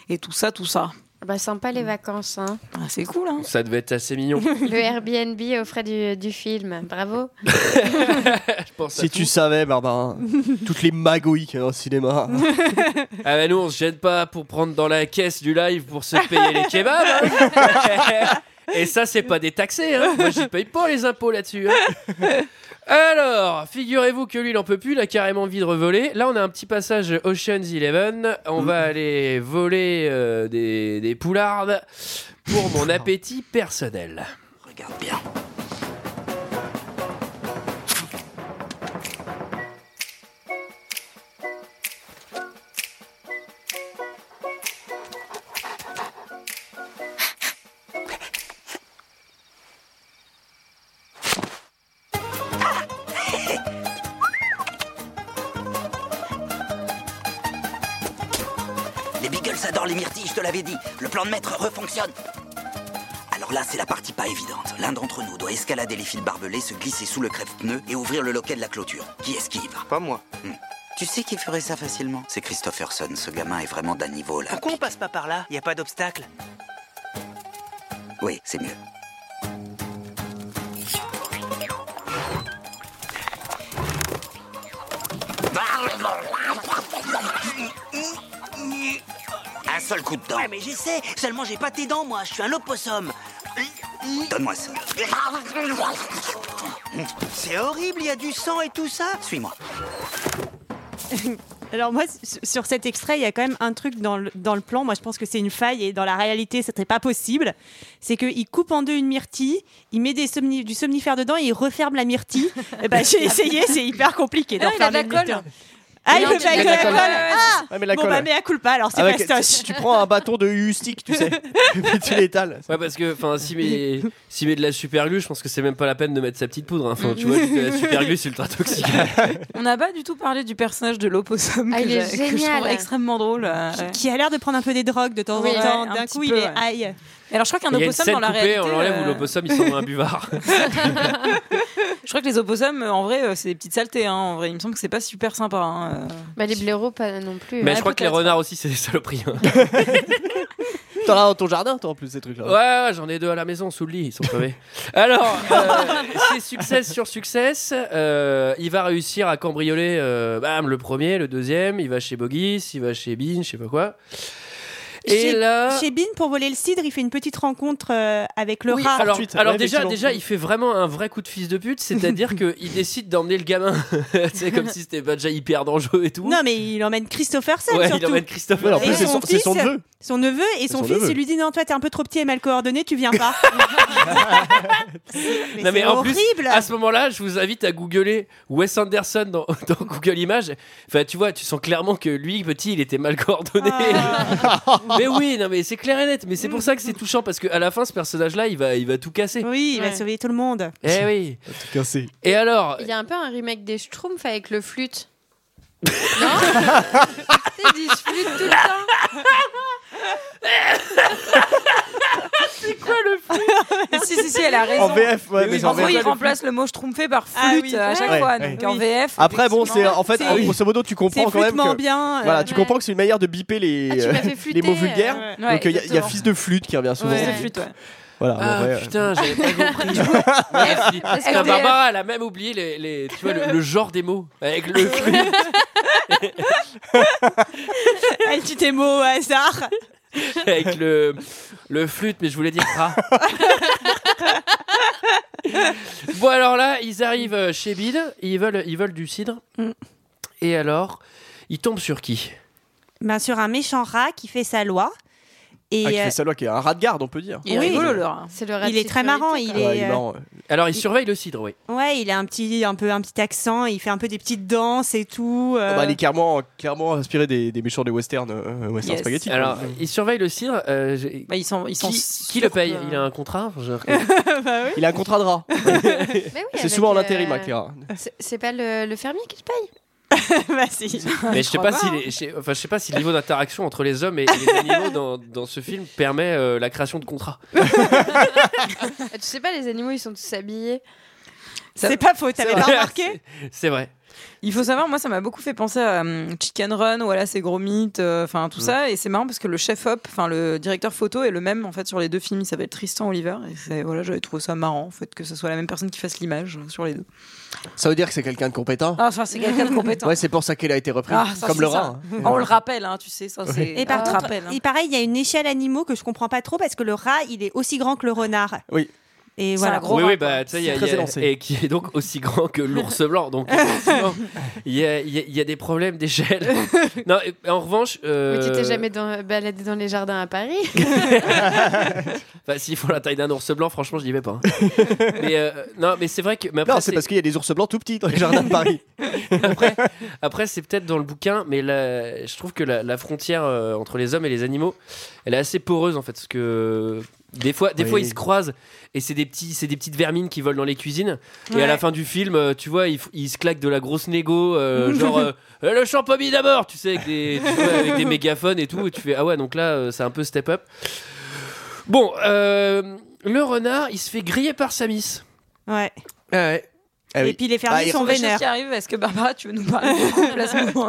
Speaker 8: et, et tout ça, tout ça.
Speaker 7: Bah, sympa les vacances. Hein.
Speaker 8: Ah, c'est cool, hein
Speaker 1: Ça devait être assez mignon.
Speaker 7: Le Airbnb au frais du, du film. Bravo.
Speaker 1: Je pense à
Speaker 6: Si tu savais, Barbarin, toutes les magouilles qu'il y a au cinéma.
Speaker 1: Ah bah nous on se gêne pas pour prendre dans la caisse du live pour se payer les kebabs. hein. Et ça c'est pas détaxé. Hein. Moi j'y paye pas les impôts là-dessus. hein. Alors, figurez-vous que lui il en peut plus, il a carrément envie de revoler. Là on a un petit passage Ocean's Eleven. On va aller voler euh, des, des poulardes pour mon appétit personnel.
Speaker 2: Les Beagles adorent les myrtilles, je te l'avais dit. Le plan de maître refonctionne. Alors là, c'est la partie pas évidente. L'un d'entre nous doit escalader les fils barbelés, se glisser sous le crève-pneu et ouvrir le loquet de la clôture. Qui esquive
Speaker 4: Pas moi.
Speaker 2: Tu sais qui ferait ça facilement C'est Christopherson, ce gamin est vraiment d'un niveau là.
Speaker 12: Pourquoi on passe pas par là Y a pas d'obstacle.
Speaker 2: Oui, c'est mieux. Un seul coup de dent.
Speaker 12: Ouais, mais j'essaie. Seulement, j'ai pas tes dents, moi. Je suis un opossum.
Speaker 2: Donne-moi ça.
Speaker 12: C'est horrible, il y a du sang et tout ça.
Speaker 2: Suis-moi.
Speaker 11: Alors moi, s- sur cet extrait, il y a quand même un truc dans le, dans le plan. Moi, je pense que c'est une faille et dans la réalité, ce serait pas possible. C'est qu'il coupe en deux une myrtille, il met des somni- du somnifère dedans et il referme la myrtille. Eh ben, J'ai essayé, c'est hyper compliqué. d'en
Speaker 8: Non, il a de
Speaker 11: refermer
Speaker 8: la
Speaker 11: une
Speaker 8: colle.
Speaker 11: myrtille. Ah, il
Speaker 8: Non,
Speaker 11: peut
Speaker 8: tu
Speaker 11: pas
Speaker 8: mets de
Speaker 11: avec
Speaker 8: la
Speaker 11: la
Speaker 8: colle. Ouais,
Speaker 11: colle.
Speaker 8: ouais, Ah,
Speaker 11: Ah,
Speaker 6: Ouais, mais la
Speaker 11: bon,
Speaker 6: colle.
Speaker 11: bah, mea culpa, alors c'est
Speaker 6: Avec-
Speaker 11: fastoche.
Speaker 6: tu prends un bâton de hustique, tu sais, et puis tu l'étales.
Speaker 1: Ouais parce que enfin si met si met de la super glue, je pense que c'est même pas la peine de mettre sa petite poudre. hein. Enfin tu vois juste de la super glue c'est ultra toxique.
Speaker 8: On n'a pas du tout parlé du personnage de l'opossum
Speaker 7: Ah,
Speaker 8: que,
Speaker 7: il est
Speaker 8: j'ai- que je trouve
Speaker 7: génial.
Speaker 8: extrêmement drôle. euh, ouais.
Speaker 11: Qui a l'air de prendre un peu des drogues de temps
Speaker 8: Oui,
Speaker 11: en temps.
Speaker 8: ouais, un
Speaker 11: D'un
Speaker 8: petit
Speaker 11: coup, il
Speaker 8: peu,
Speaker 11: est
Speaker 8: ouais.
Speaker 11: aïe.
Speaker 8: Et alors, je crois
Speaker 1: Il
Speaker 8: qu'un
Speaker 1: y a une
Speaker 8: opossum
Speaker 1: scène
Speaker 8: dans la
Speaker 1: coupée,
Speaker 8: réalité.
Speaker 1: on l'enlève
Speaker 8: euh,
Speaker 1: ou l'opossum il s'en va un buvard.
Speaker 8: Je crois que les opossums, euh, en vrai, euh, c'est des petites saletés. hein, en vrai, il me semble que c'est pas super sympa. hein, euh.
Speaker 7: Bah, les blaireaux, pas non plus.
Speaker 1: Mais
Speaker 8: Ouais,
Speaker 1: je crois que les
Speaker 8: peut-être.
Speaker 1: renards aussi c'est des saloperies. hein.
Speaker 6: T'en as dans ton jardin, toi, en plus, ces
Speaker 1: Ouais,
Speaker 6: trucs-là.
Speaker 1: ouais, j'en ai deux à la maison sous le lit, ils sont crevés. Alors, euh, c'est succès sur succès. euh, il va réussir à cambrioler euh, bam, le premier, le deuxième. Il va chez Bogis, il va chez Bean, je sais pas quoi. Et
Speaker 11: chez,
Speaker 1: là.
Speaker 8: Euh.
Speaker 11: chez Bean, pour voler le cidre, il fait une petite rencontre euh, avec le
Speaker 1: Oui,
Speaker 11: rat.
Speaker 1: alors,
Speaker 6: Fortuite,
Speaker 1: alors
Speaker 6: ouais,
Speaker 1: déjà,
Speaker 6: effectivement.
Speaker 1: déjà, il fait vraiment un vrai coup de fils de pute, c'est-à-dire qu'il décide d'emmener le gamin. c'est comme si c'était pas déjà hyper dangereux et tout.
Speaker 11: Non, mais il emmène Christopherson
Speaker 1: ouais, il
Speaker 11: surtout.
Speaker 1: emmène Christophe.
Speaker 6: Ouais, en plus,
Speaker 11: Et
Speaker 6: c'est son, c'est son
Speaker 11: fils-
Speaker 6: neveu.
Speaker 11: Son neveu et
Speaker 6: C'est
Speaker 11: son,
Speaker 6: son
Speaker 11: fils,
Speaker 6: neveu.
Speaker 11: il lui dit non, toi t'es un peu trop petit et mal coordonné, tu viens pas. mais
Speaker 1: Non,
Speaker 11: c'est
Speaker 1: mais en plus,
Speaker 11: horrible.
Speaker 1: à ce moment-là, je vous invite à googler Wes Anderson dans, dans Google Images. Enfin, tu vois, tu sens clairement que lui, petit, il était mal coordonné.
Speaker 11: Ah.
Speaker 1: mais oui, non, mais c'est clair et net. Mais c'est pour ça que c'est touchant parce qu'à la fin, ce personnage-là, il va, il va tout casser.
Speaker 11: Oui, il
Speaker 7: Ouais.
Speaker 11: va sauver tout le monde.
Speaker 1: Eh oui.
Speaker 6: Cassé.
Speaker 1: Et alors,
Speaker 7: Il y a un peu un remake des Schtroumpfs avec le flûte. T'es disflute tout le temps.
Speaker 8: C'est quoi le flûte euh. Si, si, si, elle a raison.
Speaker 6: En VF, ouais, mais
Speaker 8: oui,
Speaker 6: en
Speaker 8: en gros,
Speaker 6: VF,
Speaker 8: il
Speaker 6: le
Speaker 8: remplace le mot schtroumpfé par flûte à chaque
Speaker 6: Ouais,
Speaker 8: fois.
Speaker 6: ouais.
Speaker 8: Donc en VF.
Speaker 6: Après, bon, c'est
Speaker 8: effectivement,
Speaker 6: en fait, en-
Speaker 8: c'est-
Speaker 6: grosso modo, tu comprends
Speaker 8: c'est
Speaker 6: quand même.
Speaker 8: flûtement
Speaker 6: Que,
Speaker 8: bien, euh,
Speaker 6: voilà, tu
Speaker 8: ouais.
Speaker 6: comprends que c'est une manière de biper les, euh,
Speaker 8: Ah, tu m'as fait
Speaker 6: les
Speaker 8: flûter,
Speaker 6: mots vulgaires.
Speaker 8: euh, ouais.
Speaker 6: Donc il y, a- il y a
Speaker 8: Ouais,
Speaker 6: fils de flûte qui revient souvent.
Speaker 8: Fils de flûte, ouais.
Speaker 6: Voilà,
Speaker 1: Ah,
Speaker 6: en vrai, euh,
Speaker 1: putain, j'avais pas compris. Merci.
Speaker 8: Parce
Speaker 1: Putain,
Speaker 8: que-
Speaker 1: Barbara, elle a même oublié les, les- tu vois, le, le genre des mots. Avec le flûte.
Speaker 11: Elle dit tes mots au hasard.
Speaker 1: avec le, le flûte, mais je voulais dire rat. bon, alors là, ils arrivent euh, chez Bill, ils veulent, ils veulent du cidre. Et alors, ils tombent sur qui
Speaker 11: Ben, sur un méchant rat qui fait sa loi. Et
Speaker 6: Ah, qui
Speaker 11: euh,
Speaker 6: fait sa loi, qui est un rat de garde, on peut dire.
Speaker 11: Oui.
Speaker 7: C'est le
Speaker 11: il est très marrant. Il
Speaker 6: Ouais,
Speaker 11: est,
Speaker 6: il est
Speaker 11: euh,
Speaker 6: marrant, ouais.
Speaker 1: Alors, ils surveillent le cidre, oui.
Speaker 11: ouais, il a un petit, un peu un petit accent. Il fait un peu des petites danses et tout. euh.
Speaker 6: Ah bah, il est clairement, clairement inspiré des, des méchants des westerns, euh, western
Speaker 11: Yes.
Speaker 6: spaghetti. quoi.
Speaker 1: Alors, ils surveillent le cidre. euh, j'ai-
Speaker 8: Bah, ils sont, euh, ils
Speaker 1: qui, qui le paye Il a un contrat Je-
Speaker 6: Il a un contrat de rat.
Speaker 7: Mais oui,
Speaker 6: C'est
Speaker 7: avec,
Speaker 6: souvent en
Speaker 7: euh,
Speaker 6: intérim, hein, Clara.
Speaker 7: c'est- C'est pas le, le fermier qui te paye
Speaker 11: Bah si.
Speaker 1: Mais je sais pas, si les- je sais- enfin, je sais pas si le niveau d'interaction entre les hommes et les animaux dans, dans ce film permet euh, la création de contrats.
Speaker 7: Ah, Tu sais pas, les animaux, ils sont tous habillés.
Speaker 8: Ça-
Speaker 11: C'est pas faux, t'avais pas remarqué
Speaker 1: C'est vrai.
Speaker 8: Il faut savoir, moi, ça m'a beaucoup fait penser à hum, Chicken Run, voilà, c'est gros mythes, euh, enfin
Speaker 6: Mm.
Speaker 8: tout ça. Et c'est marrant parce que le chef op, enfin le directeur photo est le même en fait sur les deux films. Il s'appelle Tristan Oliver. Et c'est- voilà, j'avais trouvé ça marrant en fait que ce soit la même personne qui fasse l'image euh, sur les deux.
Speaker 6: Ça veut dire que c'est quelqu'un de compétent.
Speaker 8: Ah, enfin, c'est quelqu'un de compétent.
Speaker 6: Ouais, c'est pour ça qu'il a été repris.
Speaker 8: Ah, ça,
Speaker 6: Comme
Speaker 8: c'est
Speaker 6: le
Speaker 8: ça.
Speaker 6: rat. hein.
Speaker 8: Ah, on le rappelle, hein, tu sais, ça c'est.
Speaker 11: Et par
Speaker 8: on le
Speaker 11: contre,
Speaker 8: rappelle, hein.
Speaker 11: et pareil, il y a une échelle animaux que je comprends pas trop parce que le rat, il est aussi grand que le renard.
Speaker 6: Oui.
Speaker 11: Et
Speaker 8: C'est
Speaker 11: voilà.
Speaker 8: un gros
Speaker 1: oui,
Speaker 8: rat,
Speaker 1: oui,
Speaker 8: quoi.
Speaker 1: bah, tu sais, il y a-
Speaker 6: C'est
Speaker 1: il y a-
Speaker 6: très élancé.
Speaker 1: et qui est donc aussi grand que l'ours blanc. Donc, effectivement, il y a, il y a- il y a des problèmes d'échelle. non, et- en revanche, euh,
Speaker 7: Mais tu t'es jamais dans- baladé dans les jardins à Paris
Speaker 1: enfin, s'ils font la taille d'un ours blanc, franchement, je n'y vais pas. hein. mais euh, non, mais c'est vrai que. mais après,
Speaker 6: Non, c'est parce qu'il y a des ours blancs tout petits dans les jardins de Paris.
Speaker 1: après, après, c'est peut-être dans le bouquin, mais la- je trouve que la, la frontière euh, entre les hommes et les animaux, elle est assez poreuse en fait, parce que des fois, des
Speaker 6: Oui.
Speaker 1: fois ils se croisent et c'est des petits, c'est des petites vermines qui volent dans les cuisines. Et
Speaker 11: Ouais.
Speaker 1: à la fin du film, euh, tu vois, ils, f- ils se claquent de la grosse négo, euh, genre euh, Euh, le champomis d'abord, tu sais, avec des, tu vois, avec des mégaphones et tout, et tu fais ah ouais, donc là, euh, c'est un peu step up. Bon, euh, le renard, il se fait griller par Samis.
Speaker 11: Ouais.
Speaker 6: Ah oui.
Speaker 11: Et puis les fermiers
Speaker 6: Ah, il-
Speaker 11: sont
Speaker 8: Autre chose
Speaker 11: vénères.
Speaker 8: qui arrive, est-ce que Barbara, tu veux nous parler du remplacement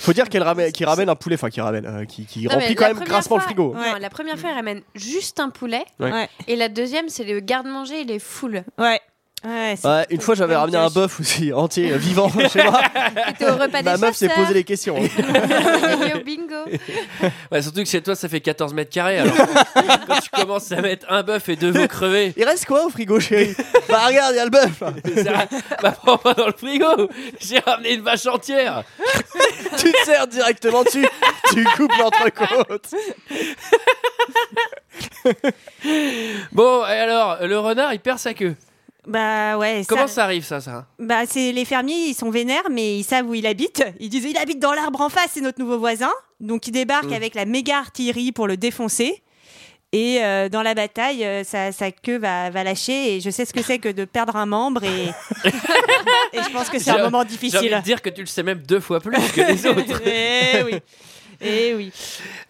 Speaker 6: Faut dire qu'elle ramène, qu'il ramène un poulet, enfin qui ramène, euh, qui, qui
Speaker 7: Non, mais
Speaker 6: remplit
Speaker 7: la
Speaker 6: quand même
Speaker 7: première
Speaker 6: grassement le
Speaker 7: fois-
Speaker 6: frigo.
Speaker 7: non, la première fois, elle ramène juste un poulet.
Speaker 6: Ouais.
Speaker 11: Ouais.
Speaker 7: Et la deuxième, c'est le garde-manger et les foules.
Speaker 11: Ouais. Ouais, c'est-
Speaker 6: Ouais, une fois j'avais ramené un bœuf aussi entier, euh, vivant chez moi.
Speaker 7: T'étais au repas
Speaker 6: Ma
Speaker 7: des hein.
Speaker 6: meuf s'est
Speaker 7: chasseurs.
Speaker 6: posé les questions.
Speaker 7: T'étais au bingo.
Speaker 1: Ouais, surtout que chez toi, ça fait 14 mètres carrés. Alors, quand tu commences à mettre un bœuf et deux veaux crevés,
Speaker 6: Il reste quoi au frigo, chérie Bah regarde, il y a le bœuf. là.
Speaker 1: ça bah, prends pas dans le frigo. J'ai ramené une vache entière.
Speaker 6: tu te sers directement dessus. Tu coupes l'entrecôte.
Speaker 1: Bon, et alors, le renard, il perd sa queue.
Speaker 11: Bah ouais. ça-
Speaker 1: Comment ça arrive, ça, ça
Speaker 11: Bah c'est les fermiers, ils sont vénères, mais ils savent où il habite. Ils disent il habite dans l'arbre en face, c'est notre nouveau voisin. Donc ils débarquent avec la méga artillerie pour le défoncer. Et euh, dans la bataille, euh, sa, sa queue va, va lâcher. Et je sais ce que c'est que de perdre un membre. Et, et je pense que c'est
Speaker 1: J'ai-
Speaker 11: un moment
Speaker 1: J'ai envie de
Speaker 11: difficile.
Speaker 1: dire que tu le sais même deux fois plus que les autres.
Speaker 11: Eh oui. Eh oui.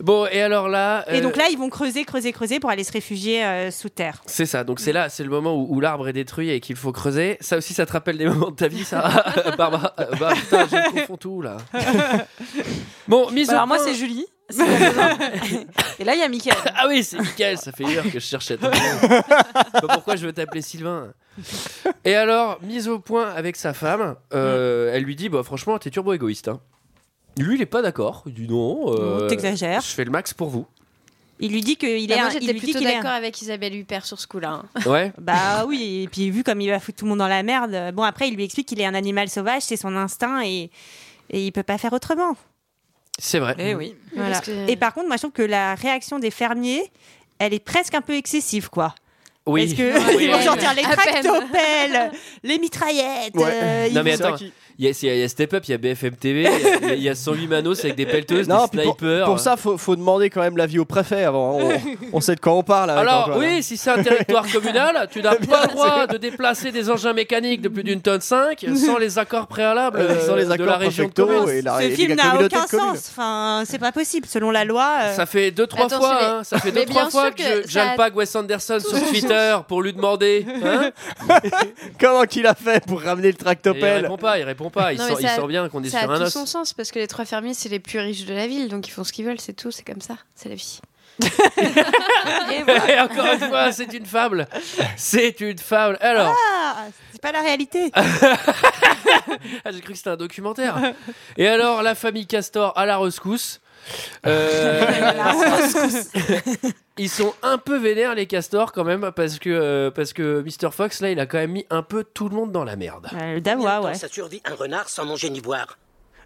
Speaker 1: Bon, et alors là.
Speaker 11: Et
Speaker 1: euh,
Speaker 11: donc là, ils vont creuser, creuser, creuser pour aller se réfugier euh, sous terre.
Speaker 1: C'est ça, donc c'est là, c'est le moment où, où l'arbre est détruit et qu'il faut creuser. Ça aussi, ça te rappelle des moments de ta vie, ça Barbara, euh, bah, putain, je confonds tout là. Bon, mise
Speaker 8: Bah,
Speaker 1: au
Speaker 8: Alors moi,
Speaker 1: point-
Speaker 8: c'est Julie. c'est la deuxième. et là, il y a Michael.
Speaker 1: Ah oui, c'est Michael, ça fait une heure que je cherche à t'appeler. Je sais pas pourquoi je veux t'appeler Sylvain. Et alors, mise au point avec sa femme, euh, elle lui dit bah, Franchement, t'es turbo égoïste. hein. Lui, il est pas d'accord. Il dit Non, euh,
Speaker 11: Non, t'exagères.
Speaker 1: Je fais le max pour vous.
Speaker 11: Il lui dit qu'il
Speaker 7: Ah,
Speaker 11: est.
Speaker 7: moi,
Speaker 11: un- il
Speaker 7: j'étais
Speaker 11: lui dit
Speaker 7: plutôt
Speaker 11: qu'il est un-
Speaker 7: d'accord avec Isabelle Huppert sur ce coup-là. hein.
Speaker 1: Ouais.
Speaker 11: Bah oui, et puis vu comme il va foutre tout le monde dans la merde, euh, bon après il lui explique qu'il est un animal sauvage, c'est son instinct et, et il peut pas faire autrement.
Speaker 1: C'est vrai.
Speaker 8: Eh oui.
Speaker 7: Parce
Speaker 11: Voilà.
Speaker 7: que-
Speaker 11: Et par contre, moi je trouve que la réaction des fermiers, elle est presque un peu excessive quoi.
Speaker 1: Oui.
Speaker 11: Parce que
Speaker 7: Oui,
Speaker 11: ils vont
Speaker 7: oui,
Speaker 11: sortir
Speaker 7: oui.
Speaker 11: les
Speaker 7: À peine.
Speaker 11: tractopelles, les mitraillettes.
Speaker 6: Ouais.
Speaker 11: euh, ils
Speaker 1: Non, mais
Speaker 11: vont-
Speaker 1: attends, Il y, a- il y a- il y a Step Up, il y a BFM TV, il y a- il y, a- il y a 108 Manos avec des pelleteuses,
Speaker 6: Non,
Speaker 1: des
Speaker 6: puis pour-
Speaker 1: snipers.
Speaker 6: Pour ça, faut, faut demander quand même l'avis au préfet avant. hein. On, on sait de quoi on parle. avec
Speaker 1: Alors
Speaker 6: Antoine, hein.
Speaker 1: oui, si c'est un territoire communal, tu n'as pas le droit de déplacer des engins mécaniques de plus d'une tonne 5 sans les accords préalables
Speaker 6: Euh,
Speaker 1: euh,
Speaker 6: sans les
Speaker 1: de
Speaker 6: accords
Speaker 1: la région de
Speaker 6: préfectoraux
Speaker 1: commerce.
Speaker 6: et la-
Speaker 11: Ce
Speaker 6: et la
Speaker 11: film n'a
Speaker 6: communauté de
Speaker 11: aucun
Speaker 6: communes.
Speaker 11: sens. Enfin, c'est pas possible selon la loi. euh.
Speaker 1: Ça fait deux trois
Speaker 11: Attends,
Speaker 1: fois,
Speaker 11: c'est-
Speaker 1: hein, ça fait
Speaker 11: Mais
Speaker 1: deux trois
Speaker 11: bien
Speaker 1: fois
Speaker 11: sûr
Speaker 1: que,
Speaker 11: que
Speaker 1: je-
Speaker 11: ça a-
Speaker 1: j'alpague Wes Anderson sur Twitter pour lui demander. hein.
Speaker 6: Comment qu'il a fait pour ramener le
Speaker 1: Et il
Speaker 6: tractopelle
Speaker 1: répond pas, il répond pas. Il,
Speaker 7: Non,
Speaker 1: sent,
Speaker 7: mais
Speaker 1: il
Speaker 7: ça-
Speaker 1: sent bien qu'on est
Speaker 7: ça
Speaker 1: sur
Speaker 7: a
Speaker 1: un
Speaker 7: tout
Speaker 1: os.
Speaker 7: son sens parce que les trois fermiers, c'est les plus riches de la ville, donc ils font ce qu'ils veulent, c'est tout, c'est comme ça, c'est la vie.
Speaker 1: Et encore une fois, c'est une fable. C'est une fable. Alors,
Speaker 11: Ah, c'est pas la réalité.
Speaker 1: Ah, j'ai cru que c'était un documentaire. Et alors, la famille Castor à la rescousse. Euh, ils sont un peu vénères les castors quand même parce que euh, parce que Mr Fox là il a quand même mis un peu tout le monde dans la merde.
Speaker 12: Le
Speaker 11: dawa, Bah ouais.
Speaker 12: Ça survit un renard sans manger ni boire.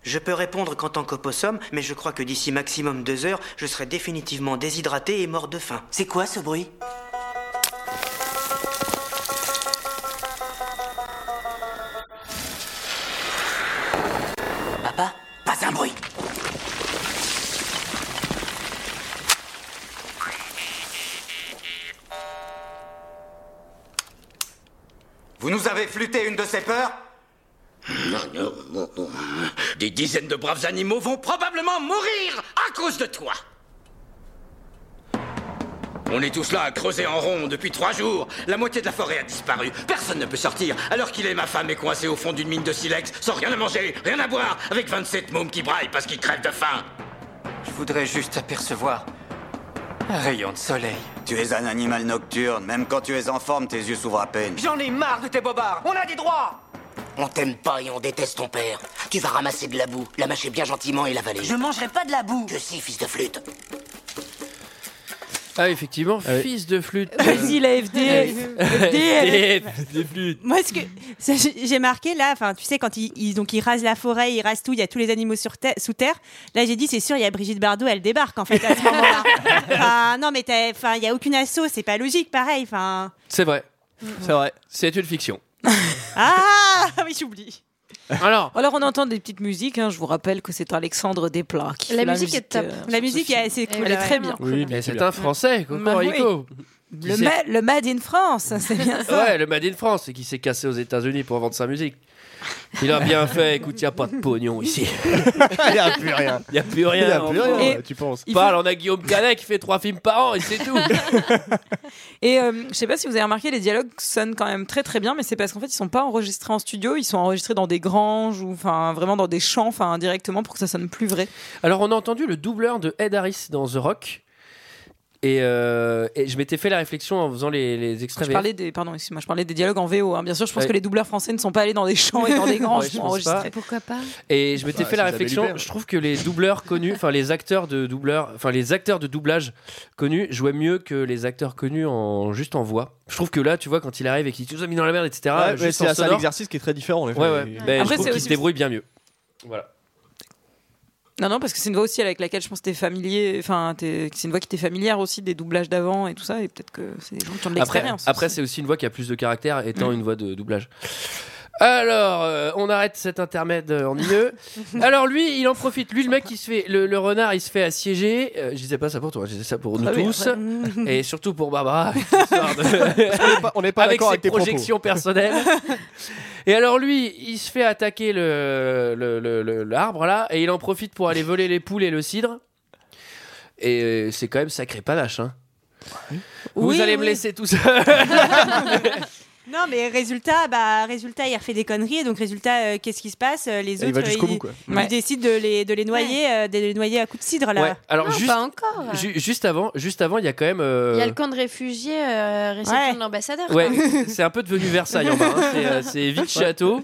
Speaker 12: Je peux répondre qu'en tant qu'opossum, mais je crois que d'ici maximum deux heures, je serai définitivement déshydraté et mort de faim. C'est quoi ce bruit
Speaker 2: Papa, pas un bruit.
Speaker 4: Vous nous avez flûté une de ces peurs
Speaker 3: Des dizaines de braves animaux vont probablement mourir à cause de toi. On est tous là à creuser en rond depuis trois jours. La moitié de la forêt a disparu. Personne ne peut sortir. Alors qu'il est, ma femme est coincée au fond d'une mine de silex, sans rien à manger, rien à boire, avec 27 mômes qui braillent parce qu'ils crèvent de faim.
Speaker 4: Je voudrais juste apercevoir un rayon de soleil.
Speaker 2: Tu es un animal nocturne, même quand tu es en forme, tes yeux s'ouvrent à peine.
Speaker 12: J'en ai marre de tes bobards On a des droits
Speaker 2: On t'aime pas et on déteste ton père. Tu vas ramasser de la boue, la mâcher bien gentiment et l'avaler.
Speaker 12: Je mangerai pas de la boue
Speaker 2: Que si, fils de flûte.
Speaker 1: Ah effectivement
Speaker 6: Ah oui.
Speaker 1: fils de flûte. Euh,
Speaker 11: Vas-y, la FDF. FDF.
Speaker 1: Des flûtes.
Speaker 11: Moi, ce que ça, j'ai j'ai marqué là, enfin, tu sais, quand ils, ils- donc ils rasent la forêt, ils rasent tout, il y a tous les animaux sur terre- sous terre. Là, j'ai dit, c'est sûr, il y a Brigitte Bardot, elle débarque en fait à ce moment-là. Enfin, non, mais t'as- enfin, il y a aucune asso, c'est pas logique, pareil. Enfin,
Speaker 1: C'est vrai.
Speaker 8: Mm.
Speaker 6: C'est vrai.
Speaker 1: C'est une fiction.
Speaker 11: ah oui, j'oublie.
Speaker 1: Alors,
Speaker 8: Alors on entend des petites musiques. hein. Je vous rappelle que c'est Alexandre Desplat qui
Speaker 7: La
Speaker 8: fait
Speaker 7: musique est top.
Speaker 8: euh,
Speaker 11: La musique, elle, c'est cool.
Speaker 8: Elle est très
Speaker 11: ouais.
Speaker 8: bien.
Speaker 6: Oui,
Speaker 1: mais c'est
Speaker 6: bien.
Speaker 1: un français
Speaker 8: Bah
Speaker 1: cocorico. Qui
Speaker 8: Le,
Speaker 1: s'est-
Speaker 8: ma- le Made in France, hein, c'est bien ça.
Speaker 1: Ouais, le Made in France et qui s'est cassé aux États-Unis pour vendre sa musique. Il a bien fait, écoute, il a pas de pognon ici.
Speaker 6: Il n'y a plus rien.
Speaker 1: Il n'y a plus
Speaker 6: Il n'y
Speaker 1: rien.
Speaker 6: a plus
Speaker 1: on
Speaker 6: rien,
Speaker 8: Et-
Speaker 6: ouais, tu penses.
Speaker 8: Il faut-
Speaker 1: parle, on a Guillaume Canet qui fait trois films par an et c'est tout.
Speaker 8: Et euh, je sais pas si vous avez remarqué, les dialogues sonnent quand même très très bien, mais c'est parce qu'en fait ils sont pas enregistrés en studio, ils sont enregistrés dans des granges ou enfin vraiment dans des champs, enfin directement pour que ça sonne plus vrai.
Speaker 1: Alors, on a entendu le doubleur de Ed Harris dans The Rock. Et, euh, et je m'étais fait la réflexion en faisant les, les extraits.
Speaker 8: Je
Speaker 1: VF.
Speaker 8: parlais des, pardon, excuse-moi, je parlais des dialogues en VO. hein. Bien sûr, je pense
Speaker 1: Ouais.
Speaker 8: que les doubleurs français ne sont pas allés dans des champs et dans des
Speaker 1: Ouais,
Speaker 8: granges
Speaker 1: je
Speaker 8: pour
Speaker 1: pense
Speaker 8: enregistrer.
Speaker 7: Pourquoi pas
Speaker 1: Et je m'étais
Speaker 6: Bah,
Speaker 1: fait la
Speaker 6: ça les a
Speaker 1: réflexion.
Speaker 6: libérés.
Speaker 1: Je trouve que les doubleurs connus, enfin les acteurs de doubleurs, enfin les acteurs de doublage connus jouaient mieux que les acteurs connus en juste en voix. Je trouve que là, tu vois, quand il arrive et qu'il dit, tu nous a mis dans la merde, etc.
Speaker 6: Ouais, mais
Speaker 1: juste
Speaker 6: c'est
Speaker 1: en
Speaker 6: c'est un
Speaker 1: sonore,
Speaker 6: exercice qui est très différent. en effet.
Speaker 1: Ouais, ouais.
Speaker 6: Et-
Speaker 1: Ben, je
Speaker 8: Après, c'est
Speaker 1: trouve qu'il
Speaker 8: aussi-
Speaker 1: se débrouille bien mieux. Voilà.
Speaker 8: Non, non, parce que c'est une voix aussi avec laquelle je pense que t'es familier, enfin, t'es- c'est une voix qui t'est familière aussi des doublages d'avant et tout ça, et peut-être que c'est des gens qui ont de
Speaker 1: Après,
Speaker 8: l'expérience.
Speaker 1: après
Speaker 8: aussi.
Speaker 1: c'est aussi une voix qui a plus de caractère, étant une voix de doublage. Alors, euh, on arrête cet intermède euh, ennuyeux. Alors lui, il en profite. Lui, le mec, il se fait, le, le renard, il se fait assiéger. Euh, je disais pas ça pour toi, je disais ça pour nous
Speaker 8: Ah oui,
Speaker 1: tous,
Speaker 8: après.
Speaker 11: Mm.
Speaker 1: et surtout pour Barbara. avec cette histoire
Speaker 6: On
Speaker 1: de-
Speaker 6: n'est pas- On n'est pas
Speaker 1: avec
Speaker 6: d'accord
Speaker 1: ses
Speaker 6: avec tes propos.
Speaker 1: projections personnelles. et alors lui, il se fait attaquer le le- le- le- l'arbre là, et il en profite pour aller voler les poules et le cidre. Et euh, c'est quand même sacré panache. Hein. Vous
Speaker 11: Oui,
Speaker 1: allez me
Speaker 11: oui.
Speaker 1: laisser tout seul.
Speaker 11: Non, mais résultat, bah résultat, il refait des conneries, donc résultat, euh, qu'est-ce qui se passe Euh, Les
Speaker 6: Et
Speaker 11: autres,
Speaker 6: il va jusqu'au
Speaker 11: ils-
Speaker 6: bout, quoi.
Speaker 11: ils
Speaker 8: Ouais.
Speaker 11: décident de les de les noyer, euh, de les noyer à coups de cidre là.
Speaker 1: Ouais. Alors
Speaker 7: Non,
Speaker 1: juste,
Speaker 7: pas encore.
Speaker 1: ju- juste avant, juste avant, il y a quand même. euh,
Speaker 7: Il y a le camp de réfugiés, euh, réception
Speaker 11: Ouais.
Speaker 7: de l'ambassadeur.
Speaker 1: Ouais,
Speaker 7: quoi.
Speaker 1: c'est un peu devenu Versailles en bas. hein. C'est, euh, C'est vite château.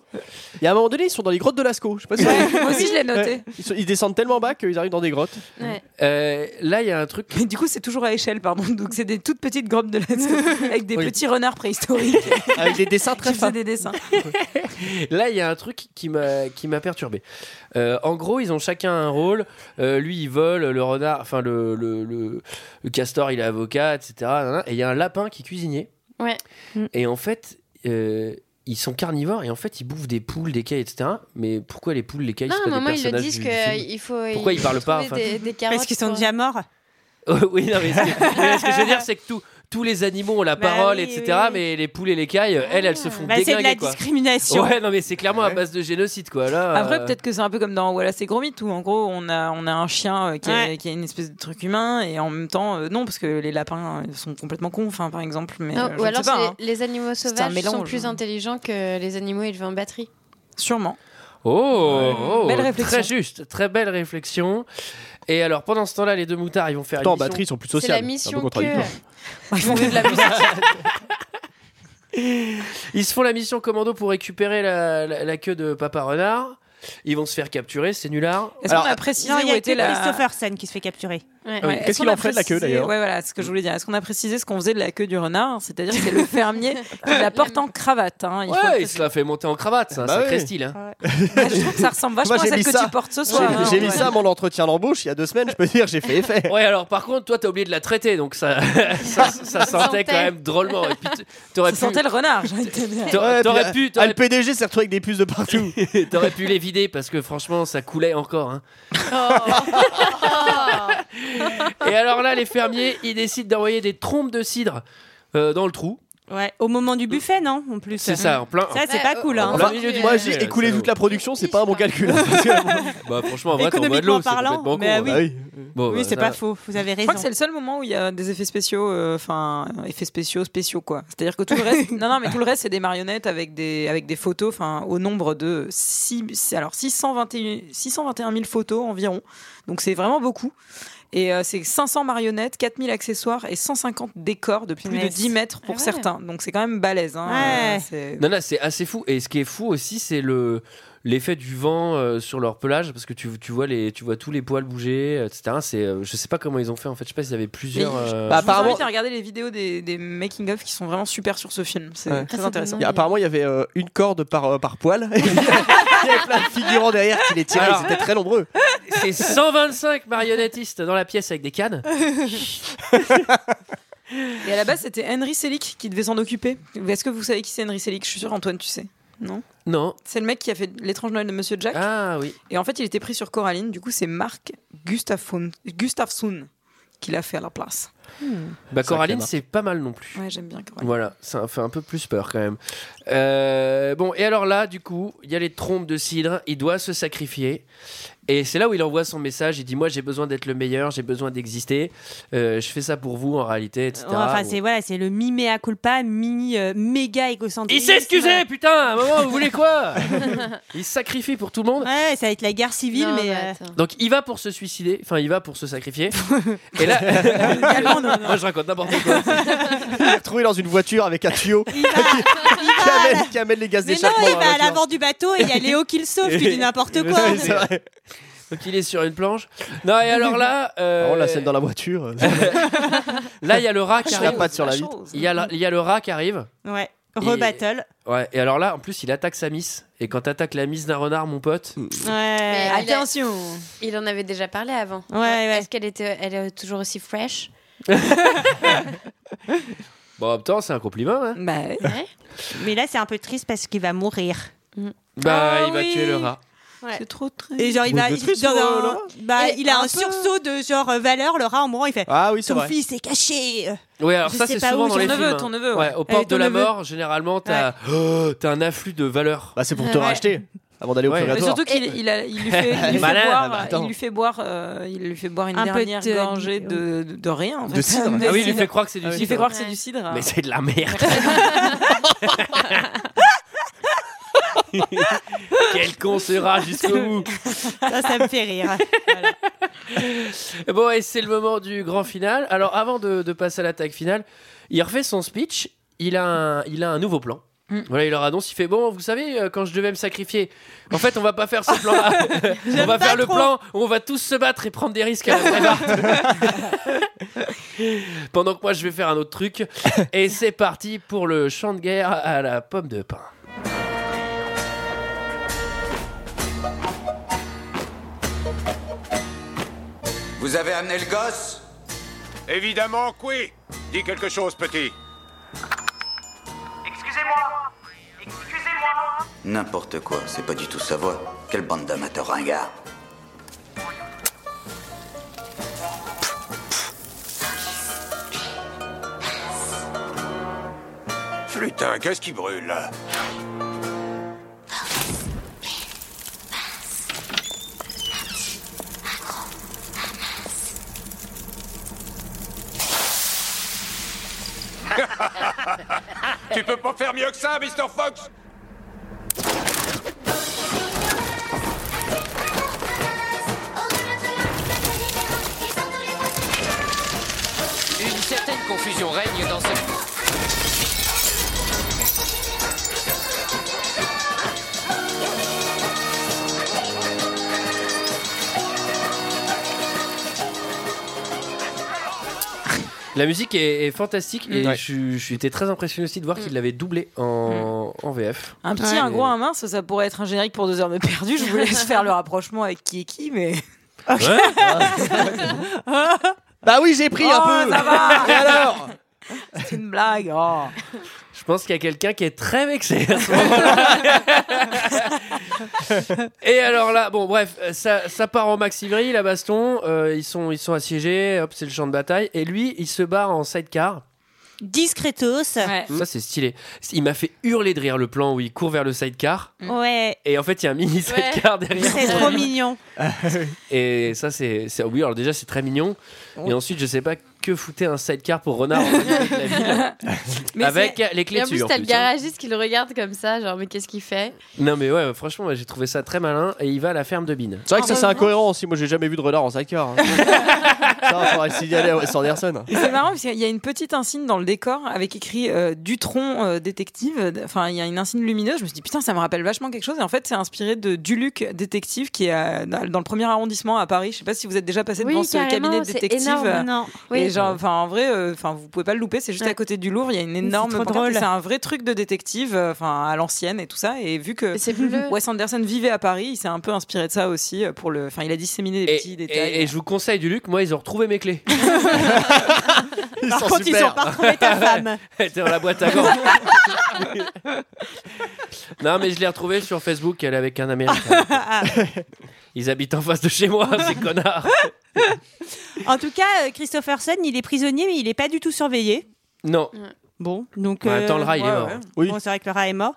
Speaker 6: Il y a un moment donné, ils sont dans les grottes de Lascaux. Je sais pas si
Speaker 8: Moi aussi, je l'ai noté.
Speaker 6: Ouais. Ils, sont- ils descendent tellement bas qu'ils arrivent dans des grottes.
Speaker 7: Ouais.
Speaker 1: Euh, là, il y a un truc.
Speaker 8: Mais du coup, c'est toujours à échelle, pardon. Donc, c'est des toutes petites grottes de la avec des
Speaker 1: Oui.
Speaker 8: petits renards préhistoriques
Speaker 6: Avec des dessins
Speaker 8: qui
Speaker 6: très fins.
Speaker 8: faisaient des dessins.
Speaker 1: Là, il y a un truc qui m'a qui m'a perturbé. Euh, en gros, ils ont chacun un rôle. Euh, lui, il vole. Le renard, enfin le, le, le- le castor, il est avocat, etc. nanana. Et il y a un lapin qui est cuisinier.
Speaker 7: Ouais.
Speaker 1: Et en fait, euh, ils sont carnivores et en fait ils bouffent des poules, des cailles, etc. Mais pourquoi les poules, les cailles,
Speaker 7: Non,
Speaker 1: c'est
Speaker 7: à un
Speaker 1: pas des
Speaker 7: moment, ils le
Speaker 1: personnages
Speaker 7: disent
Speaker 1: du- du film
Speaker 7: qu'il faut.
Speaker 1: Pourquoi ils parlent pas,
Speaker 7: trouver
Speaker 1: enfin
Speaker 7: des, des
Speaker 11: Parce
Speaker 7: carottes
Speaker 11: qu'ils sont
Speaker 7: pour-
Speaker 11: déjà morts.
Speaker 1: Oh, oui, non, mais ce que, mais ce que je veux dire, c'est que tous- tous les animaux ont la
Speaker 11: Bah
Speaker 1: parole,
Speaker 11: oui,
Speaker 1: etc. Mais les poules et les cailles, elles, elles se font
Speaker 11: Bah, c'est de la
Speaker 1: déglinguer. quoi.
Speaker 11: discrimination.
Speaker 1: Ouais, non, mais c'est clairement à base de génocide, quoi. Là,
Speaker 8: Après,
Speaker 1: euh,
Speaker 8: peut-être que c'est un peu comme dans Wallace et Gromit, où en gros, on a, on a un chien euh, qui, a,
Speaker 1: Ouais.
Speaker 8: qui a une espèce de truc humain, et en même temps, euh, non, parce que les lapins euh, sont complètement cons, enfin, par exemple. Mais,
Speaker 7: Non,
Speaker 8: euh, je
Speaker 7: ou
Speaker 8: ne
Speaker 7: alors
Speaker 8: sais pas,
Speaker 7: c'est
Speaker 8: hein.
Speaker 7: les, les animaux
Speaker 8: C'est un
Speaker 7: sauvages sont
Speaker 11: hein.
Speaker 8: mélange.
Speaker 7: plus intelligents que les animaux élevés en batterie.
Speaker 8: Sûrement.
Speaker 1: Oh, oh,
Speaker 7: Belle
Speaker 1: très
Speaker 7: réflexion.
Speaker 1: juste, très belle réflexion. Et alors pendant ce temps-là, les deux moutards, ils vont faire.
Speaker 6: Pourtant, en
Speaker 1: une mission.
Speaker 6: batterie, ils sont plus C'est sociables. la mission C'est un peu contradictoire.
Speaker 8: Ils font de la
Speaker 1: musique. ils se font la mission commando pour récupérer la, la- la queue de Papa Renard. Ils vont se faire capturer, c'est nulard.
Speaker 8: Est-ce qu'on a précisé
Speaker 11: Non,
Speaker 8: où
Speaker 11: il y a
Speaker 8: était
Speaker 11: que
Speaker 8: la.
Speaker 11: Christopherson qui se fait capturer.
Speaker 1: Ah oui.
Speaker 8: Est-ce
Speaker 1: Qu'est-ce
Speaker 8: qu'on
Speaker 1: qu'il
Speaker 8: a
Speaker 1: en fait de la queue,
Speaker 8: précisé-
Speaker 1: d'ailleurs
Speaker 8: Ouais, voilà, ce que je voulais dire. Est-ce qu'on a précisé ce qu'on faisait de la queue du renard C'est-à-dire que c'est le fermier qui la porte en cravate. hein. Il faut
Speaker 1: Ouais, il se la fait monter en cravate, c'est un
Speaker 6: Bah
Speaker 1: sacré
Speaker 6: oui.
Speaker 1: style. hein.
Speaker 8: Je trouve que ça ressemble vachement
Speaker 6: Moi,
Speaker 8: à
Speaker 6: j'ai
Speaker 8: celle
Speaker 6: mis
Speaker 8: que
Speaker 6: ça.
Speaker 8: tu portes ce
Speaker 6: J'ai-
Speaker 8: soir. hein,
Speaker 6: J'ai mis
Speaker 8: Antoine.
Speaker 6: ça à mon entretien d'embauche il y a deux semaines, je peux dire, j'ai fait effet.
Speaker 1: Ouais, alors par contre, toi, t'as oublié de la traiter, donc ça, ça, ça sentait quand même drôlement. Et puis, t- t'aurais
Speaker 8: Ça
Speaker 1: pu-
Speaker 8: sentait le renard, j'ai envie de te dire.
Speaker 1: T'aurais-
Speaker 6: Ouais,
Speaker 1: t'aurais
Speaker 6: puis, ah,
Speaker 1: pu- t'aurais
Speaker 6: le PDG s'est retrouvé avec des puces de partout.
Speaker 1: T'aurais pu les vider parce que franchement, ça coulait encore. hein.
Speaker 11: Ah,
Speaker 1: Et alors là, les fermiers, ils décident d'envoyer des trompes de cidre euh, dans le trou.
Speaker 11: Ouais, au moment du buffet, non En plus.
Speaker 1: C'est ça, Oh en plein-
Speaker 11: Ça, c'est pas cool. Hein.
Speaker 1: En plein milieu du
Speaker 6: Moi,
Speaker 1: buffet,
Speaker 6: j'ai
Speaker 1: euh,
Speaker 6: écoulé
Speaker 1: salaud.
Speaker 6: toute la production, c'est pas un bon calcul. hein, parce que-
Speaker 1: Bah franchement, en vrai, t'en bois de
Speaker 11: Économiquement
Speaker 1: l'eau, c'est
Speaker 11: parlant,
Speaker 1: complètement con.
Speaker 11: mais
Speaker 1: hein.
Speaker 11: oui.
Speaker 1: Bah Bon,
Speaker 11: Oui,
Speaker 1: bah,
Speaker 11: c'est
Speaker 1: ça-
Speaker 11: pas faux. Vous avez
Speaker 8: Je
Speaker 11: raison.
Speaker 8: crois que c'est le seul moment où il y a des effets spéciaux, euh, enfin euh, effets spéciaux, spéciaux quoi. C'est-à-dire que tout le reste, non non, mais tout le reste c'est des marionnettes avec des avec des photos, enfin au nombre de six- six- alors 621 621 000 photos environ. Donc c'est vraiment beaucoup. Et euh, c'est 500 marionnettes, 4000 accessoires et 150 décors de plus de
Speaker 11: Punaise.
Speaker 8: 10 mètres pour
Speaker 11: Ah ouais.
Speaker 8: certains. Donc c'est quand même balèze. Hein.
Speaker 11: Ouais.
Speaker 8: Euh, c'est-
Speaker 1: Non, non, c'est assez fou. Et ce qui est fou aussi, c'est le l'effet du vent euh, sur leur pelage parce que tu, tu vois les tu vois tous les poils bouger euh, etc c'est euh, je sais pas comment ils ont fait en fait je sais pas s'ils avaient plusieurs
Speaker 8: Mais
Speaker 1: euh,
Speaker 11: bah,
Speaker 8: je vous invite à regarder les vidéos des, des making of qui sont vraiment super sur ce film. C'est
Speaker 6: Ouais.
Speaker 8: très intéressant.
Speaker 6: Il y a- apparemment, il y avait euh, une corde par, euh, par poil. il y avait plein de figurants derrière qui les tiraient.
Speaker 1: Alors-
Speaker 6: Ils étaient très nombreux.
Speaker 1: C'est 125 marionnettistes dans la pièce avec des cannes.
Speaker 8: Et à la base, c'était Henry Selick qui devait s'en occuper. Est-ce que vous savez qui c'est Henry Selick Je suis sûr, Antoine, tu sais. Non
Speaker 1: Non.
Speaker 8: C'est le mec qui a fait L'étrange Noël de Monsieur Jack.
Speaker 1: Ah oui.
Speaker 8: Et en fait, il était pris sur Coraline. Du coup, c'est Marc Gustafsson Gustafsson qui l'a fait à la place.
Speaker 1: Bah
Speaker 8: Ça,
Speaker 1: Coraline,
Speaker 8: clairement.
Speaker 1: c'est pas mal non plus.
Speaker 8: Ouais, j'aime bien Coraline.
Speaker 1: Voilà, ça fait un peu plus peur quand même. Euh, bon, et alors là, du coup, il y a les trompes de cidre, il doit se sacrifier. Et c'est là où il envoie son message, il dit, moi j'ai besoin d'être le meilleur, j'ai besoin d'exister, Euh, je fais ça pour vous en réalité, etc.
Speaker 11: Ouais, enfin,
Speaker 1: Bon.
Speaker 11: c'est voilà, c'est le mi mea culpa, mi euh, méga égocentrique.
Speaker 1: Il s'est excusé, putain, à un moment, vous voulez quoi Il se sacrifie pour tout le monde.
Speaker 11: Ouais, ça va être la guerre civile, mais.
Speaker 7: bah,
Speaker 11: euh,
Speaker 1: Donc il va pour se suicider, enfin il va pour se sacrifier. Et là, moi je raconte n'importe quoi.
Speaker 6: Il est retrouvé dans une voiture avec un tuyau qui, qui amène, qui amène les gaz
Speaker 11: Ah Mais non,
Speaker 6: d'échappement.
Speaker 11: il
Speaker 6: dans
Speaker 11: va
Speaker 6: la
Speaker 11: à
Speaker 6: voiture.
Speaker 11: l'avant du bateau et il y a Léo qui le sauve. Tu dis n'importe quoi.
Speaker 1: Ouais, c'est vrai. Donc il est sur une planche. Non, et alors là. euh,
Speaker 6: Vraiment, la scène oh, dans la voiture. euh,
Speaker 1: Là, il y a le rat qui
Speaker 6: Ah, Je
Speaker 1: arrive.
Speaker 6: la patte sur la vitre.
Speaker 1: Il y, a la- il y a le rat qui arrive.
Speaker 11: Ouais,
Speaker 1: Et-
Speaker 11: rebattle.
Speaker 1: Ouais, et alors là, en plus, il attaque sa miss. Et quand t'attaques la miss d'un renard, mon pote.
Speaker 11: Hmm. Ouais,
Speaker 7: Mais il a-
Speaker 11: attention.
Speaker 7: Il en avait déjà parlé avant.
Speaker 11: Ouais, ouais.
Speaker 7: Est-ce qu'elle était, elle est toujours aussi fresh
Speaker 1: Bon, en même temps, c'est un compliment. hein.
Speaker 8: Bah,
Speaker 7: Ouais.
Speaker 11: Mais là, c'est un peu triste parce qu'il va mourir.
Speaker 1: Bah,
Speaker 11: Ah
Speaker 1: il va
Speaker 11: oui.
Speaker 1: tuer le rat.
Speaker 8: C'est trop triste.
Speaker 11: Et genre, il va.
Speaker 6: Vous êtes
Speaker 11: il-
Speaker 6: triste,
Speaker 11: dans
Speaker 6: euh,
Speaker 11: un-
Speaker 6: Laura
Speaker 11: bah,
Speaker 7: Et
Speaker 11: il a
Speaker 7: un
Speaker 11: un
Speaker 7: peu-
Speaker 11: sursaut de genre euh, valeur. Le rat, en mourant, il fait
Speaker 6: Ah oui, c'est
Speaker 11: Ton
Speaker 6: vrai.
Speaker 11: fils est caché.
Speaker 1: Ouais, alors
Speaker 11: Je
Speaker 1: ça,
Speaker 11: sais
Speaker 1: c'est
Speaker 11: pas
Speaker 1: souvent
Speaker 11: où,
Speaker 1: dans
Speaker 11: ton
Speaker 1: les
Speaker 11: neveu,
Speaker 1: films.
Speaker 11: ton
Speaker 1: hein.
Speaker 11: neveu,
Speaker 1: Ouais,
Speaker 11: ouais.
Speaker 1: aux
Speaker 11: Et
Speaker 1: portes
Speaker 11: ton
Speaker 1: de la
Speaker 11: neveu. Ah
Speaker 1: mort, généralement, t'as Oh, t'as un afflux de valeur.
Speaker 6: Bah, c'est pour te
Speaker 11: Ouais.
Speaker 6: racheter avant d'aller au
Speaker 1: Ouais.
Speaker 8: Mais
Speaker 6: purgatoire.
Speaker 8: surtout qu'il il a- il lui fait, il lui fait
Speaker 1: Malin.
Speaker 8: boire,
Speaker 1: Bah, attends.
Speaker 8: il lui fait boire, euh, il lui fait boire une
Speaker 11: Un peu
Speaker 8: dernière
Speaker 11: de-
Speaker 8: gorgée de, de, de rien. en
Speaker 6: De
Speaker 8: fait.
Speaker 6: cidre.
Speaker 8: De
Speaker 1: Ah oui, il lui
Speaker 8: cidre.
Speaker 1: fait croire que c'est du
Speaker 8: Il lui
Speaker 1: cidre.
Speaker 8: fait croire que c'est du cidre.
Speaker 1: Mais c'est de la merde. Quel con sera jusqu'au bout.
Speaker 11: Ça, ça me fait rire.
Speaker 1: Bon, et c'est le moment du grand final. Alors, avant de, de passer à l'attaque finale, il refait son speech. Il a un, il a un nouveau plan.
Speaker 11: Mm.
Speaker 1: Voilà, il leur annonce, il fait bon, vous savez, euh, quand je devais me sacrifier, en fait, on va pas faire ce plan-là. on va
Speaker 11: pas
Speaker 1: faire le
Speaker 11: trop.
Speaker 1: plan où on va tous se battre et prendre des risques à la Brevard. Pendant que moi, je vais faire un autre truc. Et c'est parti pour le champ de guerre à la pomme de pain.
Speaker 3: Vous avez amené le gosse Évidemment que oui. Dis quelque chose, petit.
Speaker 13: Excusez-moi Excusez-moi
Speaker 2: N'importe quoi, c'est pas du tout sa voix. Quelle bande d'amateurs ringards.
Speaker 13: Putain, qu'est-ce qui brûle là Tu peux pas faire mieux que ça, Mr. Fox
Speaker 14: Une certaine confusion règne dans ce.
Speaker 1: La musique est, est fantastique
Speaker 11: Mm.
Speaker 1: et
Speaker 8: Ouais.
Speaker 1: je, je étais très impressionné aussi de voir qu'il l'avait doublé en,
Speaker 11: Mm.
Speaker 1: en VF.
Speaker 8: Un petit, un gros, un mince, ça pourrait être un générique pour deux heures de perdu. Je vous laisse faire le rapprochement avec qui est qui, mais.
Speaker 1: Ouais.
Speaker 6: Bah oui, j'ai pris un
Speaker 8: Oh,
Speaker 6: peu.
Speaker 8: ça va.
Speaker 6: Et alors
Speaker 8: C'est une blague. oh.
Speaker 1: Je pense qu'il y a quelqu'un qui est très vexé à ce moment-là. Et alors là, bon, bref, euh, ça, ça part en max ivry, la baston. euh, ils, sont, ils sont assiégés, hop, c'est le champ de bataille. Et lui, il se barre en sidecar.
Speaker 11: Discretos. Ouais.
Speaker 7: Mm.
Speaker 1: Ça, c'est stylé. Il m'a fait hurler de rire le plan où il court vers le sidecar. Et en fait, il y a un mini sidecar derrière.
Speaker 11: C'est trop mignon.
Speaker 1: Et ça, c'est. c'est- Oui, alors déjà, c'est très mignon.
Speaker 11: Oh.
Speaker 1: Et ensuite, je sais pas que foutait un sidecar pour renard en milieu de la ville. avec les
Speaker 7: Et en plus,
Speaker 1: clétures.
Speaker 7: t'as le garagiste qui le regarde comme ça, genre, mais qu'est-ce qu'il fait
Speaker 1: Non, mais ouais, franchement, moi, j'ai trouvé ça très malin. Et il va à la ferme de Bine.
Speaker 6: C'est vrai que ça c'est incohérent aussi. Moi j'ai jamais vu de renard en sidecar. hein. ça faudrait le signaler à Sanderson.
Speaker 8: Et C'est marrant parce qu'il y a une petite insigne dans le décor avec écrit euh, Dutron euh, détective. Enfin, il y a une insigne lumineuse. Je me suis dit putain, ça me rappelle vachement quelque chose. Et en fait, c'est inspiré de Duluc détective qui est euh, dans dans le premier arrondissement à Paris. Je sais pas si vous êtes déjà passé
Speaker 7: Oui,
Speaker 8: devant ce
Speaker 7: carrément,
Speaker 8: cabinet de
Speaker 7: c'est
Speaker 8: détective.
Speaker 7: énorme,
Speaker 8: euh,
Speaker 7: non.
Speaker 8: Et
Speaker 7: Oui.
Speaker 8: genre, enfin, en vrai, euh, enfin, vous pouvez pas le louper. C'est juste à côté du Louvre. Il y a une énorme.
Speaker 7: trop
Speaker 8: pancarte.
Speaker 7: drôle.
Speaker 8: C'est un vrai truc de détective. euh, Enfin, à l'ancienne et tout ça. Et vu que
Speaker 7: bleu.
Speaker 8: Wes Anderson vivait à Paris, il s'est un peu inspiré de ça aussi euh, pour le. Enfin, il a disséminé des petits détails.
Speaker 1: Et, et je vous conseille du Luc, moi, ils ont retrouvé mes clés. ils
Speaker 8: Par contre, ils ont pas retrouvé ta femme.
Speaker 1: Elle était dans la boîte à gants. non, mais je l'ai retrouvée sur Facebook, elle est avec un Américain. Ils habitent en face de chez moi, ces connards.
Speaker 11: En tout cas, euh, Christopherson, il est prisonnier, mais il n'est pas du tout surveillé.
Speaker 1: Non.
Speaker 11: Bon, donc.
Speaker 1: En même temps, le rat, il est mort.
Speaker 11: Oui. Bon, c'est vrai que le rat est mort.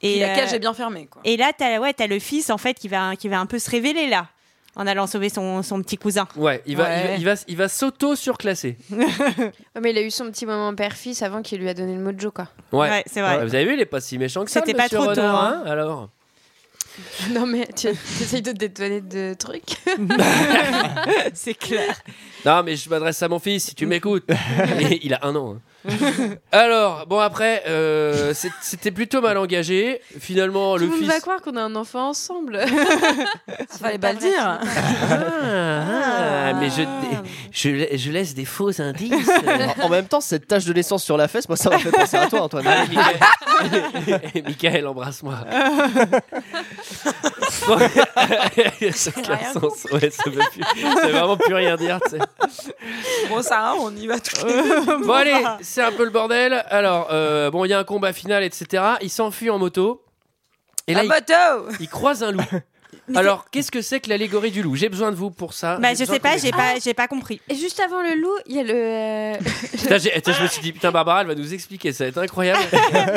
Speaker 8: Et la
Speaker 11: euh,
Speaker 8: cage est bien fermée. Quoi.
Speaker 11: Et là, t'as ouais, t'as le fils en fait qui va qui va un peu se révéler là en allant sauver son, son petit cousin.
Speaker 1: Ouais, il va,
Speaker 11: Ouais.
Speaker 1: il va, il va, il va s'auto-surclasser.
Speaker 7: Ouais, mais il a eu son petit moment père-fils avant qu'il lui a donné le mojo, quoi.
Speaker 1: Ouais,
Speaker 7: c'est vrai.
Speaker 1: Vous avez vu, il est pas si méchant que ça.
Speaker 7: C'était pas
Speaker 1: monsieur
Speaker 7: trop
Speaker 1: Renard,
Speaker 7: tôt,
Speaker 1: hein,
Speaker 7: hein.
Speaker 1: alors.
Speaker 7: Non, mais tu essayes de te détonner de trucs.
Speaker 8: c'est clair.
Speaker 1: Non, mais je m'adresse à mon fils, si tu m'écoutes. Il- il a un an. hein. Alors, bon, après, euh, c'est- c'était plutôt mal engagé. Finalement, Oh,
Speaker 7: Tout
Speaker 1: le
Speaker 7: le monde
Speaker 1: fils.
Speaker 7: va croire qu'on a un enfant ensemble.
Speaker 8: Fallait pas le dire.
Speaker 1: Ah, mais je, je, la- je laisse des faux indices.
Speaker 6: En même temps, cette tache de naissance sur la fesse, moi ça m'a fait penser à toi, Antoine.
Speaker 1: Et Michael, embrasse-moi. Ça classe
Speaker 8: rien
Speaker 1: son- ouais, ça veut plus- ça veut vraiment plus rien dire. tu sais.
Speaker 8: Bon, Sarah, on y va tout
Speaker 1: Bon, allez, c'est un peu le bordel. Alors, euh, bon, il y a un combat final, etc. Il s'enfuit en moto. Et là,
Speaker 8: Un
Speaker 1: il,
Speaker 8: moto
Speaker 1: il croise un loup. Alors, qu'est-ce que c'est que l'allégorie du loup J'ai besoin de vous pour ça.
Speaker 7: Bah,
Speaker 1: J'ai
Speaker 7: je
Speaker 1: besoin
Speaker 7: sais pas,
Speaker 1: que vous
Speaker 7: j'ai pas-
Speaker 1: m'expliquiez.
Speaker 11: J'ai pas compris.
Speaker 7: Et juste avant le loup, il y a le. euh,
Speaker 1: Putain, j'ai- attends, je me suis dit, putain, Barbara, elle va nous expliquer, ça va être incroyable.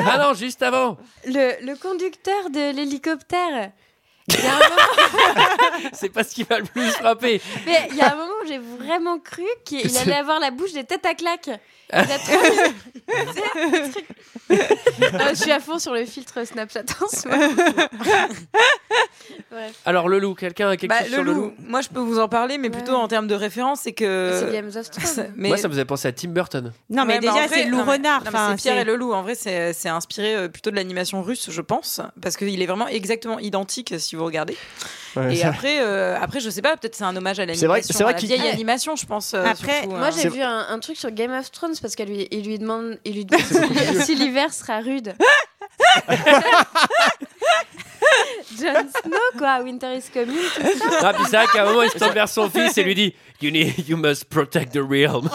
Speaker 1: ah non, juste avant
Speaker 7: le, le conducteur de l'hélicoptère.
Speaker 1: C'est pas ce qui va le plus frapper.
Speaker 7: Mais il y a un moment où j'ai vraiment cru qu'il
Speaker 1: C'est- Ah.
Speaker 7: allait avoir la bouche des têtes à claques. Il a trop mis- C'est un truc- Ah, je suis à fond sur le filtre Snapchat en ce moment. Bref.
Speaker 1: Alors, le loup, quelqu'un a quelque
Speaker 8: Bah,
Speaker 1: chose sur le loup
Speaker 8: moi je peux vous en parler, mais plutôt en termes de référence, Bah, c'est que.
Speaker 7: C'est Game of Thrones.
Speaker 8: Mais-
Speaker 1: Moi, ça me faisait penser à Tim Burton.
Speaker 11: Non, mais
Speaker 8: Ouais,
Speaker 11: déjà,
Speaker 8: bah, en vrai,
Speaker 11: c'est le loup
Speaker 8: non, mais-
Speaker 11: renard.
Speaker 8: non, mais
Speaker 11: Enfin,
Speaker 8: c'est Pierre
Speaker 11: c'est-
Speaker 8: et le loup. En vrai, c'est c'est inspiré euh, plutôt de l'animation russe, je pense, parce qu'il est vraiment exactement identique si vous regardez.
Speaker 6: Ouais,
Speaker 8: et
Speaker 6: ça-
Speaker 8: après, euh, après, je sais pas, peut-être c'est un hommage à
Speaker 6: C'est vrai-
Speaker 8: l'animation,
Speaker 6: c'est vrai
Speaker 8: à la
Speaker 6: qu'il-
Speaker 8: vieille
Speaker 6: Ouais.
Speaker 8: animation, je pense. euh, surtout,
Speaker 7: moi
Speaker 8: hein.
Speaker 7: j'ai vu un, un truc sur Game of Thrones parce qu'il lui, il lui demande, il lui demande si, si l'hiver sera rude. Jon Snow quoi, Winter is coming, tout ça.
Speaker 1: Ah, puis c'est vrai qu'à un moment, il se tourne vers son fils et lui dit You, need, you must protect the realm.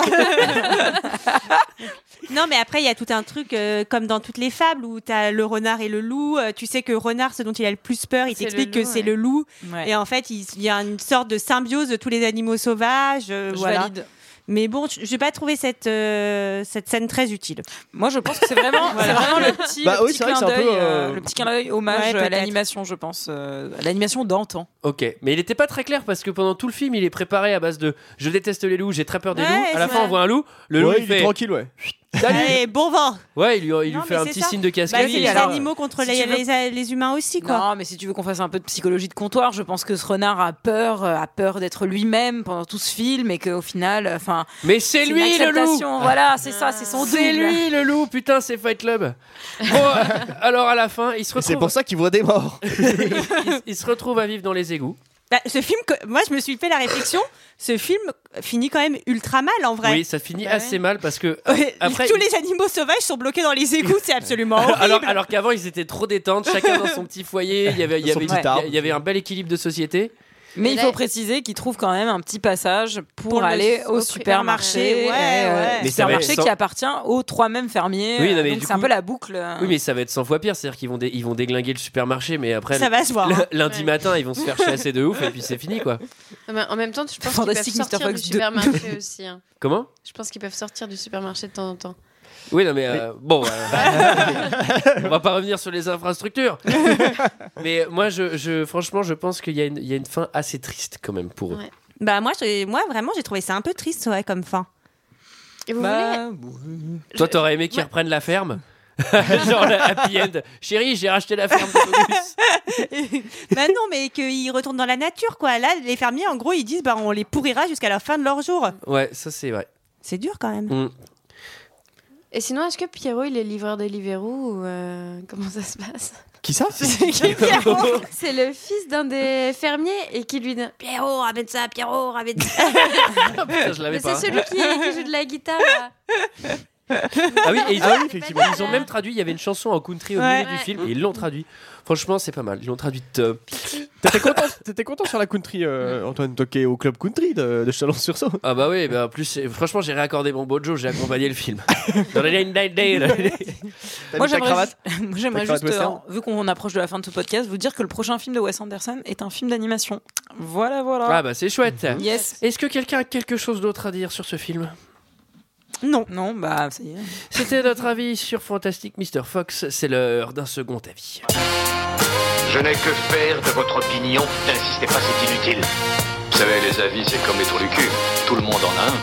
Speaker 11: Non, mais après, il y a tout un truc, euh, comme dans toutes les fables, où tu as le renard et le loup. Euh, tu sais que renard, ce dont il a le plus peur, il
Speaker 7: C'est le
Speaker 11: t'explique que
Speaker 7: loup,
Speaker 11: c'est
Speaker 7: ouais.
Speaker 11: le loup.
Speaker 7: Ouais.
Speaker 11: Et en fait, il il y a une sorte de symbiose de tous les animaux sauvages. euh,
Speaker 8: Je
Speaker 11: voilà.
Speaker 8: valide.
Speaker 11: Mais bon, je n'ai pas trouvé cette, euh, cette scène très utile.
Speaker 8: Moi, je pense que c'est vraiment, c'est vraiment le petit,
Speaker 11: Bah
Speaker 8: le
Speaker 11: oui,
Speaker 8: petit
Speaker 11: c'est vrai que
Speaker 8: clin
Speaker 11: c'est un peu,
Speaker 8: d'œil, euh,
Speaker 11: euh,
Speaker 8: le petit clin d'œil hommage
Speaker 11: Ouais,
Speaker 8: à
Speaker 11: peut-être.
Speaker 8: l'animation, je pense, euh, à l'animation d'antan.
Speaker 1: Ok, mais il n'était pas très clair parce que pendant tout le film, il est préparé à base de je déteste les loups, j'ai très peur des
Speaker 11: Ouais,
Speaker 1: loups. À la
Speaker 11: c'est
Speaker 1: fin,
Speaker 11: vrai.
Speaker 1: on voit un loup, le loup
Speaker 6: Ouais,
Speaker 1: il,
Speaker 6: il est
Speaker 1: fait
Speaker 6: tranquille, ouais.
Speaker 1: Salut.
Speaker 11: Allez, bon vent
Speaker 1: Ouais, il lui, il lui
Speaker 11: Non,
Speaker 1: fait
Speaker 11: mais
Speaker 1: un
Speaker 11: c'est
Speaker 1: petit
Speaker 11: ça.
Speaker 1: signe de
Speaker 11: Bah,
Speaker 1: casquette.
Speaker 11: c'est les animaux contre
Speaker 8: si
Speaker 11: les,
Speaker 8: tu veux-
Speaker 11: les- les humains aussi, quoi.
Speaker 8: Non, mais si tu veux qu'on fasse un peu de psychologie de comptoir, je pense que ce renard a peur, euh, a peur d'être lui-même pendant tout ce film et qu'au final, euh, enfin.
Speaker 1: Mais c'est
Speaker 8: une
Speaker 1: lui le loup
Speaker 8: acceptation, Voilà, c'est ça, c'est son
Speaker 1: C'est
Speaker 8: double.
Speaker 1: lui le loup, putain, c'est Fight Club. Bon, euh, alors à la fin, il se retrouve.
Speaker 6: C'est pour ça qu'il voit des morts.
Speaker 1: il, il se retrouve à vivre dans les égouts.
Speaker 11: Bah, ce film, que- moi, je me suis fait la réflexion. ce film finit quand même ultra mal, en vrai.
Speaker 1: Oui, ça finit
Speaker 8: Bah
Speaker 1: assez mal parce que euh,
Speaker 11: Ouais,
Speaker 1: après.
Speaker 11: Tous les animaux sauvages sont bloqués dans les égouts, c'est absolument horrible.
Speaker 1: Alors, alors qu'avant ils étaient trop détentes, chacun dans son petit foyer, il y avait, il y
Speaker 6: Son
Speaker 1: avait,
Speaker 6: petit arbre.
Speaker 1: il y avait un bel équilibre de société.
Speaker 8: Mais il faut préciser qu'il trouve quand même un petit passage pour,
Speaker 11: Pour le-
Speaker 8: aller
Speaker 11: au
Speaker 8: au supermarché. euh,
Speaker 11: supermarché, ouais, ouais.
Speaker 1: Mais ça va
Speaker 8: supermarché
Speaker 1: être sans-
Speaker 8: qui appartient aux trois mêmes fermiers.
Speaker 1: Oui, non, mais
Speaker 8: euh, donc
Speaker 1: du
Speaker 8: c'est un
Speaker 1: coup-
Speaker 8: peu la boucle. euh.
Speaker 1: Oui, mais ça va être 100 fois pire. C'est-à-dire qu'ils vont, dé- ils vont déglinguer le supermarché, mais après. le-
Speaker 8: Ça va se voir, hein.
Speaker 1: Lundi matin, ils vont se faire chasser de ouf, et puis c'est fini, quoi.
Speaker 15: Non, mais Ah bah, en même temps, je pense qu'ils peuvent
Speaker 8: Fantastic Mr.
Speaker 15: sortir
Speaker 8: Fox
Speaker 15: du
Speaker 8: 2.
Speaker 15: supermarché aussi. hein.
Speaker 1: Comment
Speaker 15: Je pense qu'ils peuvent sortir du supermarché de temps en temps.
Speaker 1: Oui, non, mais euh, bon, euh, on va pas revenir sur les infrastructures. mais moi, je, je- franchement, je pense qu'il y, a une- il y a une fin assez triste quand même pour eux.
Speaker 11: Ouais. Bah moi, j'ai- moi vraiment, j'ai trouvé ça un peu triste, ouais, comme fin.
Speaker 15: Et vous
Speaker 8: Bah,
Speaker 1: Toi, t'aurais aimé qu'ils reprennent la ferme Genre la happy end. Chérie, j'ai racheté la ferme.
Speaker 11: bah non, mais qu'ils retournent dans la nature, quoi. Là, les fermiers, en gros, ils disent, bah on les pourrira jusqu'à la fin de leur jour.
Speaker 1: Ouais, ça c'est vrai.
Speaker 11: C'est dur quand même.
Speaker 1: Mm.
Speaker 15: Et sinon, est-ce que Pierrot, il est livreur de Deliveroo ou euh, comment ça se passe
Speaker 6: Qui ça
Speaker 15: Pierrot, c'est le fils d'un des fermiers et qui lui dit Pierrot, ramène ça, Pierrot, ramène ça.
Speaker 6: Ah,
Speaker 1: Putain, je l'avais
Speaker 15: Mais
Speaker 1: pas.
Speaker 15: c'est celui qui, qui joue de la guitare. là.
Speaker 1: Ah oui, et ils,
Speaker 6: Ah
Speaker 1: ont,
Speaker 6: oui, effectivement.
Speaker 1: ils ont même traduit, il y avait une chanson en country au
Speaker 6: Ouais.
Speaker 1: milieu du
Speaker 15: Ouais.
Speaker 1: film et ils l'ont traduit. Franchement, c'est pas mal. Ils l'ont traduite. euh,
Speaker 6: T'étais content, t'étais content sur la country, euh, Antoine Toquet, au club country de, de Chalon-sur-Saône.
Speaker 1: Ah bah oui, bah en plus, c'est- franchement, j'ai réaccordé mon bojo, j'ai accompagné le film. Dans les line, line, line.
Speaker 8: Moi j'aimerais ju- moi, j'aimerais
Speaker 1: Ta cravate
Speaker 8: juste, euh,
Speaker 1: western
Speaker 8: vu qu'on approche de la fin de ce podcast, vous dire que le prochain film de Wes Anderson est un film d'animation. Voilà,
Speaker 6: Oh.
Speaker 8: voilà.
Speaker 1: Ah bah c'est chouette.
Speaker 8: Yes.
Speaker 1: Est-ce que quelqu'un a quelque chose d'autre à dire sur ce film
Speaker 11: Non.
Speaker 8: Non, bah ça y est.
Speaker 1: C'était notre avis sur Fantastic Mr. Fox. C'est l'heure d'un second avis.
Speaker 16: Je n'ai que faire de votre opinion. N'insistez pas, c'est inutile.
Speaker 5: Vous savez, les avis, c'est comme les trous du cul. Tout le monde en a un.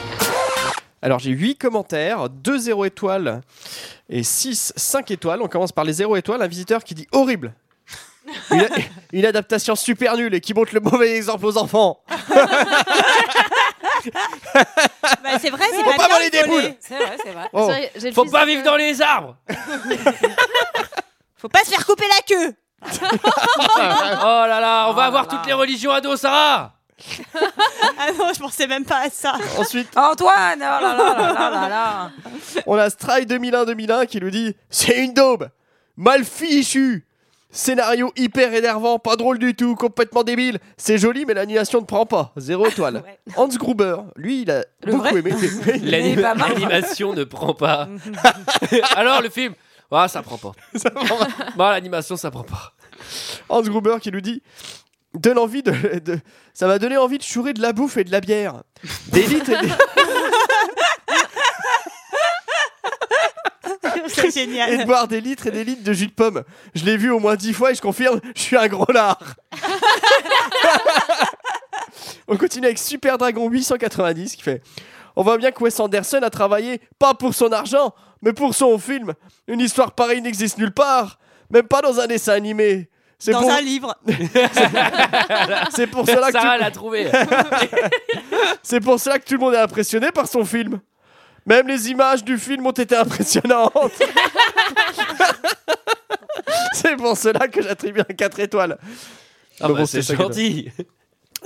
Speaker 6: Alors j'ai 8 commentaires, 2 0 étoiles et 6 5 étoiles. On commence par les 0 étoiles, un visiteur qui dit horrible. Une, une adaptation super nulle et qui montre le mauvais exemple aux enfants.
Speaker 11: Bah, c'est vrai, c'est
Speaker 6: Faut
Speaker 11: pas,
Speaker 6: pas
Speaker 11: bien
Speaker 6: voler
Speaker 11: de
Speaker 6: des boules.
Speaker 8: C'est vrai, c'est vrai.
Speaker 6: Oh.
Speaker 1: Faut pas vivre dans les arbres
Speaker 11: Faut pas se faire couper la queue.
Speaker 1: Oh là Ah là, on va avoir toutes les religions à dos, Sarah
Speaker 11: ah non, je pensais même pas à ça.
Speaker 6: Ensuite,
Speaker 8: Antoine, oh là là là là là là.
Speaker 6: on a Stry 2001-2001 qui nous dit C'est une daube Mal fichu Scénario hyper énervant, pas drôle du tout, complètement débile. C'est joli, mais l'animation ne prend pas. Zéro étoile. Hans Gruber, lui, il a beaucoup aimé.
Speaker 1: L'anim- L'animation ne prend pas. Alors le film, ah ça prend pas. Bah, l'animation ça prend pas.
Speaker 6: Hans Gruber qui nous dit donne envie de, de- ça m'a donné envie de chourer de la bouffe et de la bière des litres et des-
Speaker 11: c'est génial.
Speaker 6: et de boire des litres et des litres de jus de pomme je l'ai vu au moins dix fois et je confirme je suis un gros lard on continue avec Super Dragon 890 qui fait on voit bien que Wes Anderson a travaillé pas pour son argent mais pour son film une histoire pareille n'existe nulle part même pas dans un dessin animé c'est
Speaker 11: Dans
Speaker 6: pour-
Speaker 11: un livre.
Speaker 6: c'est pour cela que
Speaker 1: Sarah
Speaker 6: tu-
Speaker 1: l'a trouvé. Ah,
Speaker 6: C'est pour cela que tout le monde est impressionné par son film. Même les images du film ont été impressionnantes. c'est pour cela que j'attribue un 4 étoiles.
Speaker 1: Ah
Speaker 6: Mais
Speaker 1: bah,
Speaker 6: bon,
Speaker 1: c'est
Speaker 6: ça que-
Speaker 1: gentil.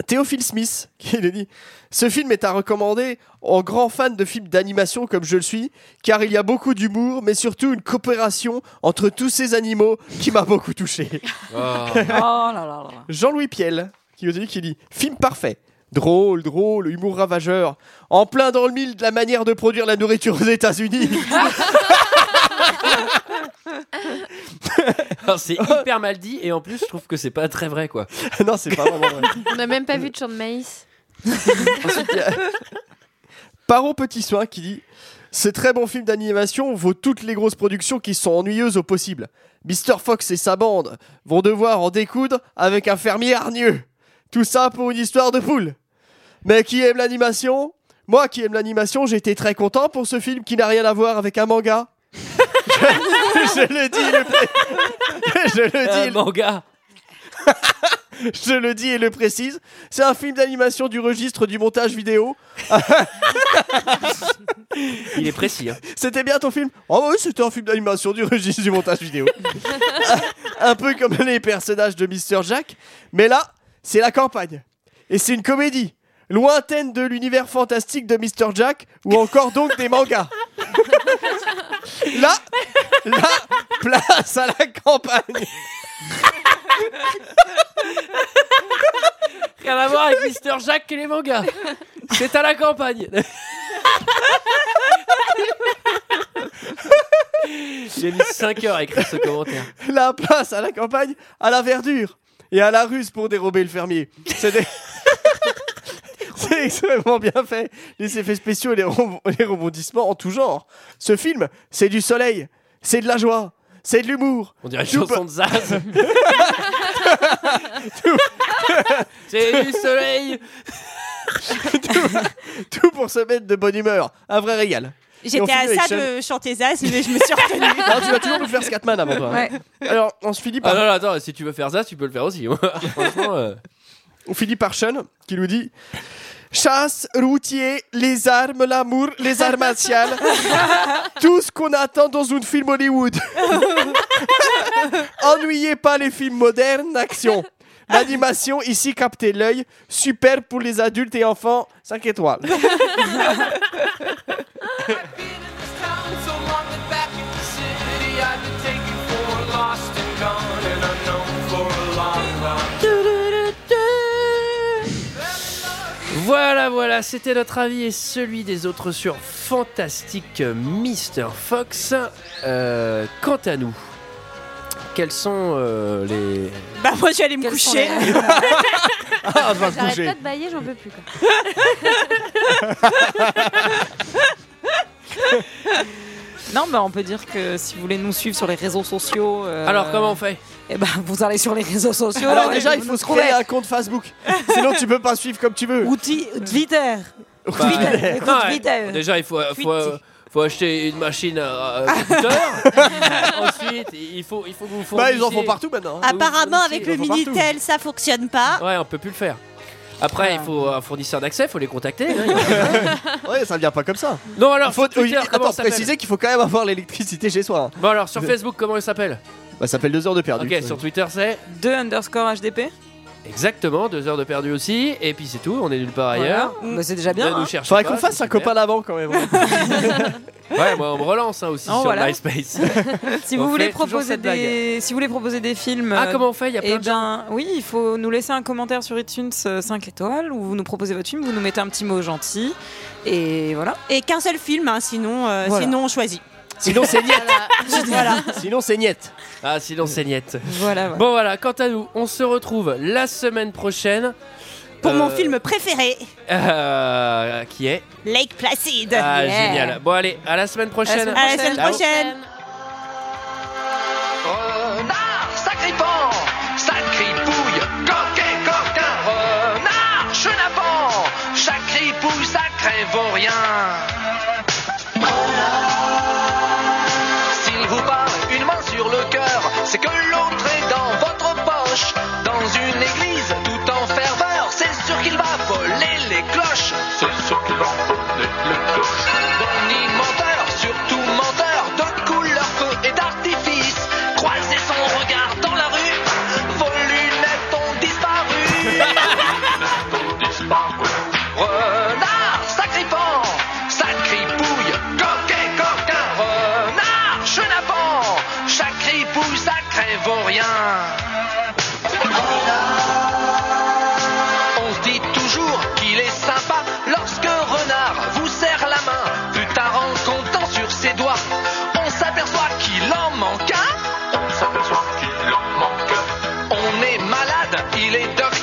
Speaker 6: Théophile Smith qui nous dit Ce film est à recommander en grand fan de films d'animation comme je le suis, car il y a beaucoup d'humour, mais surtout une coopération entre tous ces animaux qui m'a beaucoup touché.
Speaker 8: Oh là là là.
Speaker 6: Jean-Louis Piel qui nous dit, qui dit film parfait Drôle, drôle, humour ravageur. En plein dans le mille de la manière de produire la nourriture aux États-Unis.
Speaker 1: Alors, c'est hyper mal dit et en plus je trouve que c'est pas très vrai quoi.
Speaker 6: non, c'est pas vraiment vrai.
Speaker 15: On n'a même pas vu de champ de maïs.
Speaker 6: Paro Petit Soin qui dit Ce très bon film d'animation vaut toutes les grosses productions qui sont ennuyeuses au possible. Mr. Fox et sa bande vont devoir en découdre avec un fermier hargneux. Tout ça pour une histoire de poule. Mais qui aime l'animation Moi qui aime l'animation, j'étais très content pour ce film qui n'a rien à voir avec un manga. je le dis, le- je le dis,
Speaker 1: Un euh, manga.
Speaker 6: je le dis et le précise, c'est un film d'animation du registre du montage vidéo.
Speaker 1: Il est précis. hein.
Speaker 6: C'était bien ton film Oh oui, c'était un film d'animation du registre du montage vidéo. un peu comme les personnages de Mr. Jack, mais là, c'est la campagne. Et c'est une comédie, lointaine de l'univers fantastique de Mr. Jack, ou encore donc des mangas. là, là, place à la campagne.
Speaker 1: Rien à voir avec Mister Jack et les mangas. C'est à la campagne. J'ai mis 5 heures à écrire ce commentaire.
Speaker 6: La place à la campagne, à la verdure et à la ruse pour dérober le fermier. C'est des- C'est extrêmement bien fait. Les effets spéciaux et les, rebond- les rebondissements en tout genre. Ce film, c'est du soleil, c'est de la joie, c'est de l'humour.
Speaker 1: On dirait une
Speaker 6: Tout
Speaker 1: chanson
Speaker 6: peut-
Speaker 1: de Zaz. C'est du soleil.
Speaker 6: Tout pour se mettre de bonne humeur. Un vrai régal. Et on
Speaker 11: J'étais
Speaker 6: finit
Speaker 11: à
Speaker 6: avec
Speaker 11: ça
Speaker 6: Sean.
Speaker 11: de chanter Zaz, mais je me suis retenue.
Speaker 6: Non, tu vas toujours nous faire Scatman avant toi. hein. Alors, on se finit par
Speaker 1: Ah non, non, attends, si tu veux faire ça, tu peux le faire aussi. Franchement, euh,
Speaker 6: On finit par Sean qui nous dit Chasse, routier, les armes, l'amour, les arts martiales, tout ce qu'on attend dans un film Hollywood. Ennuyez pas les films modernes, action. L'animation, ici, captez l'œil, super pour les adultes et enfants, 5 étoiles.
Speaker 1: Voilà, voilà, c'était notre avis et celui des autres sur Fantastique Mr. Fox. Euh, quant à nous, quels sont euh, les.
Speaker 11: Bah, moi, je vais aller me
Speaker 15: Quels sont
Speaker 11: coucher.
Speaker 15: les-
Speaker 6: Ah, va
Speaker 15: J'arrête
Speaker 6: bouger.
Speaker 15: pas de bailler, j'en peux plus. Quoi.
Speaker 8: Non, mais on peut dire que si vous voulez nous suivre sur les réseaux sociaux. euh,
Speaker 1: Alors, comment on fait
Speaker 8: Eh ben, vous allez sur les réseaux sociaux.
Speaker 6: Alors,
Speaker 8: et
Speaker 6: déjà,
Speaker 8: vous
Speaker 6: il faut
Speaker 8: nous
Speaker 6: se créer
Speaker 8: trouvez.
Speaker 6: un compte Facebook. Sinon, tu peux pas suivre comme tu veux.
Speaker 8: Ou ti- Twitter.
Speaker 1: Bah,
Speaker 8: Twitter.
Speaker 1: euh,
Speaker 8: écoute,
Speaker 1: non, ouais.
Speaker 8: Twitter.
Speaker 1: Déjà, il faut, euh, faut, euh, faut acheter une machine à à computer. Ensuite, il faut, il faut que vous
Speaker 6: Bah, ils en
Speaker 1: fournissiez-
Speaker 6: font partout maintenant. hein.
Speaker 11: Apparemment, avec le
Speaker 1: Ils en font partout.
Speaker 11: Minitel, ça fonctionne pas.
Speaker 1: Ouais, on peut plus le faire. Après,
Speaker 6: Ah.
Speaker 1: il faut un fournisseur d'accès, il faut les contacter. hein.
Speaker 6: Ouais, ça vient pas comme ça.
Speaker 1: non, alors,
Speaker 6: Il faut
Speaker 1: sur Twitter, comment
Speaker 6: attends,
Speaker 1: ça s'appelle
Speaker 6: préciser qu'il faut quand même avoir l'électricité chez soi. hein.
Speaker 1: Bon, alors, sur Facebook, comment il s'appelle
Speaker 6: Bah, ça s'appelle deux heures de perdu.
Speaker 1: Ok, sur Twitter, c'est
Speaker 8: 2 underscore HDP.
Speaker 1: exactement deux heures de perdu aussi. Et puis, c'est tout, on est nulle part ailleurs.
Speaker 8: Voilà. Bah, c'est déjà
Speaker 1: Ne
Speaker 8: bien.
Speaker 1: nous
Speaker 8: hein.
Speaker 1: cherchez
Speaker 6: Faudrait
Speaker 1: pas,
Speaker 6: qu'on fasse
Speaker 1: c'est
Speaker 6: un copain
Speaker 1: super.
Speaker 6: d'avant quand même. hein.
Speaker 1: Ouais, moi, on me relance hein, aussi
Speaker 8: Non,
Speaker 1: sur
Speaker 8: voilà.
Speaker 1: MySpace.
Speaker 8: Si
Speaker 1: On
Speaker 8: vous voulez
Speaker 1: fait toujours
Speaker 8: proposer
Speaker 1: cette blague.
Speaker 8: des, si vous voulez proposer des films.
Speaker 1: Ah,
Speaker 8: euh,
Speaker 1: comment on fait Il y a plein
Speaker 8: Eh
Speaker 1: de gens.
Speaker 8: ben, oui, il faut nous laisser un commentaire sur iTunes 5 étoiles où vous nous proposez votre film, vous nous mettez un petit mot gentil et voilà.
Speaker 11: Et qu'un seul film, hein, sinon, euh,
Speaker 8: Voilà.
Speaker 11: sinon on choisit.
Speaker 6: Sinon c'est niette.
Speaker 11: Voilà.
Speaker 6: Sinon c'est niette.
Speaker 1: Ah, sinon, c'est niette.
Speaker 8: Voilà. voilà.
Speaker 1: Bon, voilà, quant à nous, on se retrouve la semaine prochaine.
Speaker 11: Pour mon
Speaker 1: Euh,
Speaker 11: film préféré,
Speaker 1: euh, qui est
Speaker 11: Lake Placid.
Speaker 1: Ah,
Speaker 11: Yeah.
Speaker 1: génial. Bon, allez, à la semaine prochaine.
Speaker 11: À la semaine
Speaker 6: Bah,
Speaker 1: Ciao.
Speaker 11: prochaine.
Speaker 16: Renard, sacripant, sacripouille, coquet, coquin, renard, chenapan, sacripouille, sacré vaurien. S'il vous parle une main sur le cœur, c'est que l'autre est dans votre poche. Dans une église tout en ferveur, c'est sûr qu'il va voler les cloches. C'est sûr qu'il va voler les cloches. Bonnie menteur, surtout menteur, de couleur feu et d'artifice. Croisez son regard dans la rue, vos lunettes ont disparu. Renard, sacripant, sacripant. il est docteur.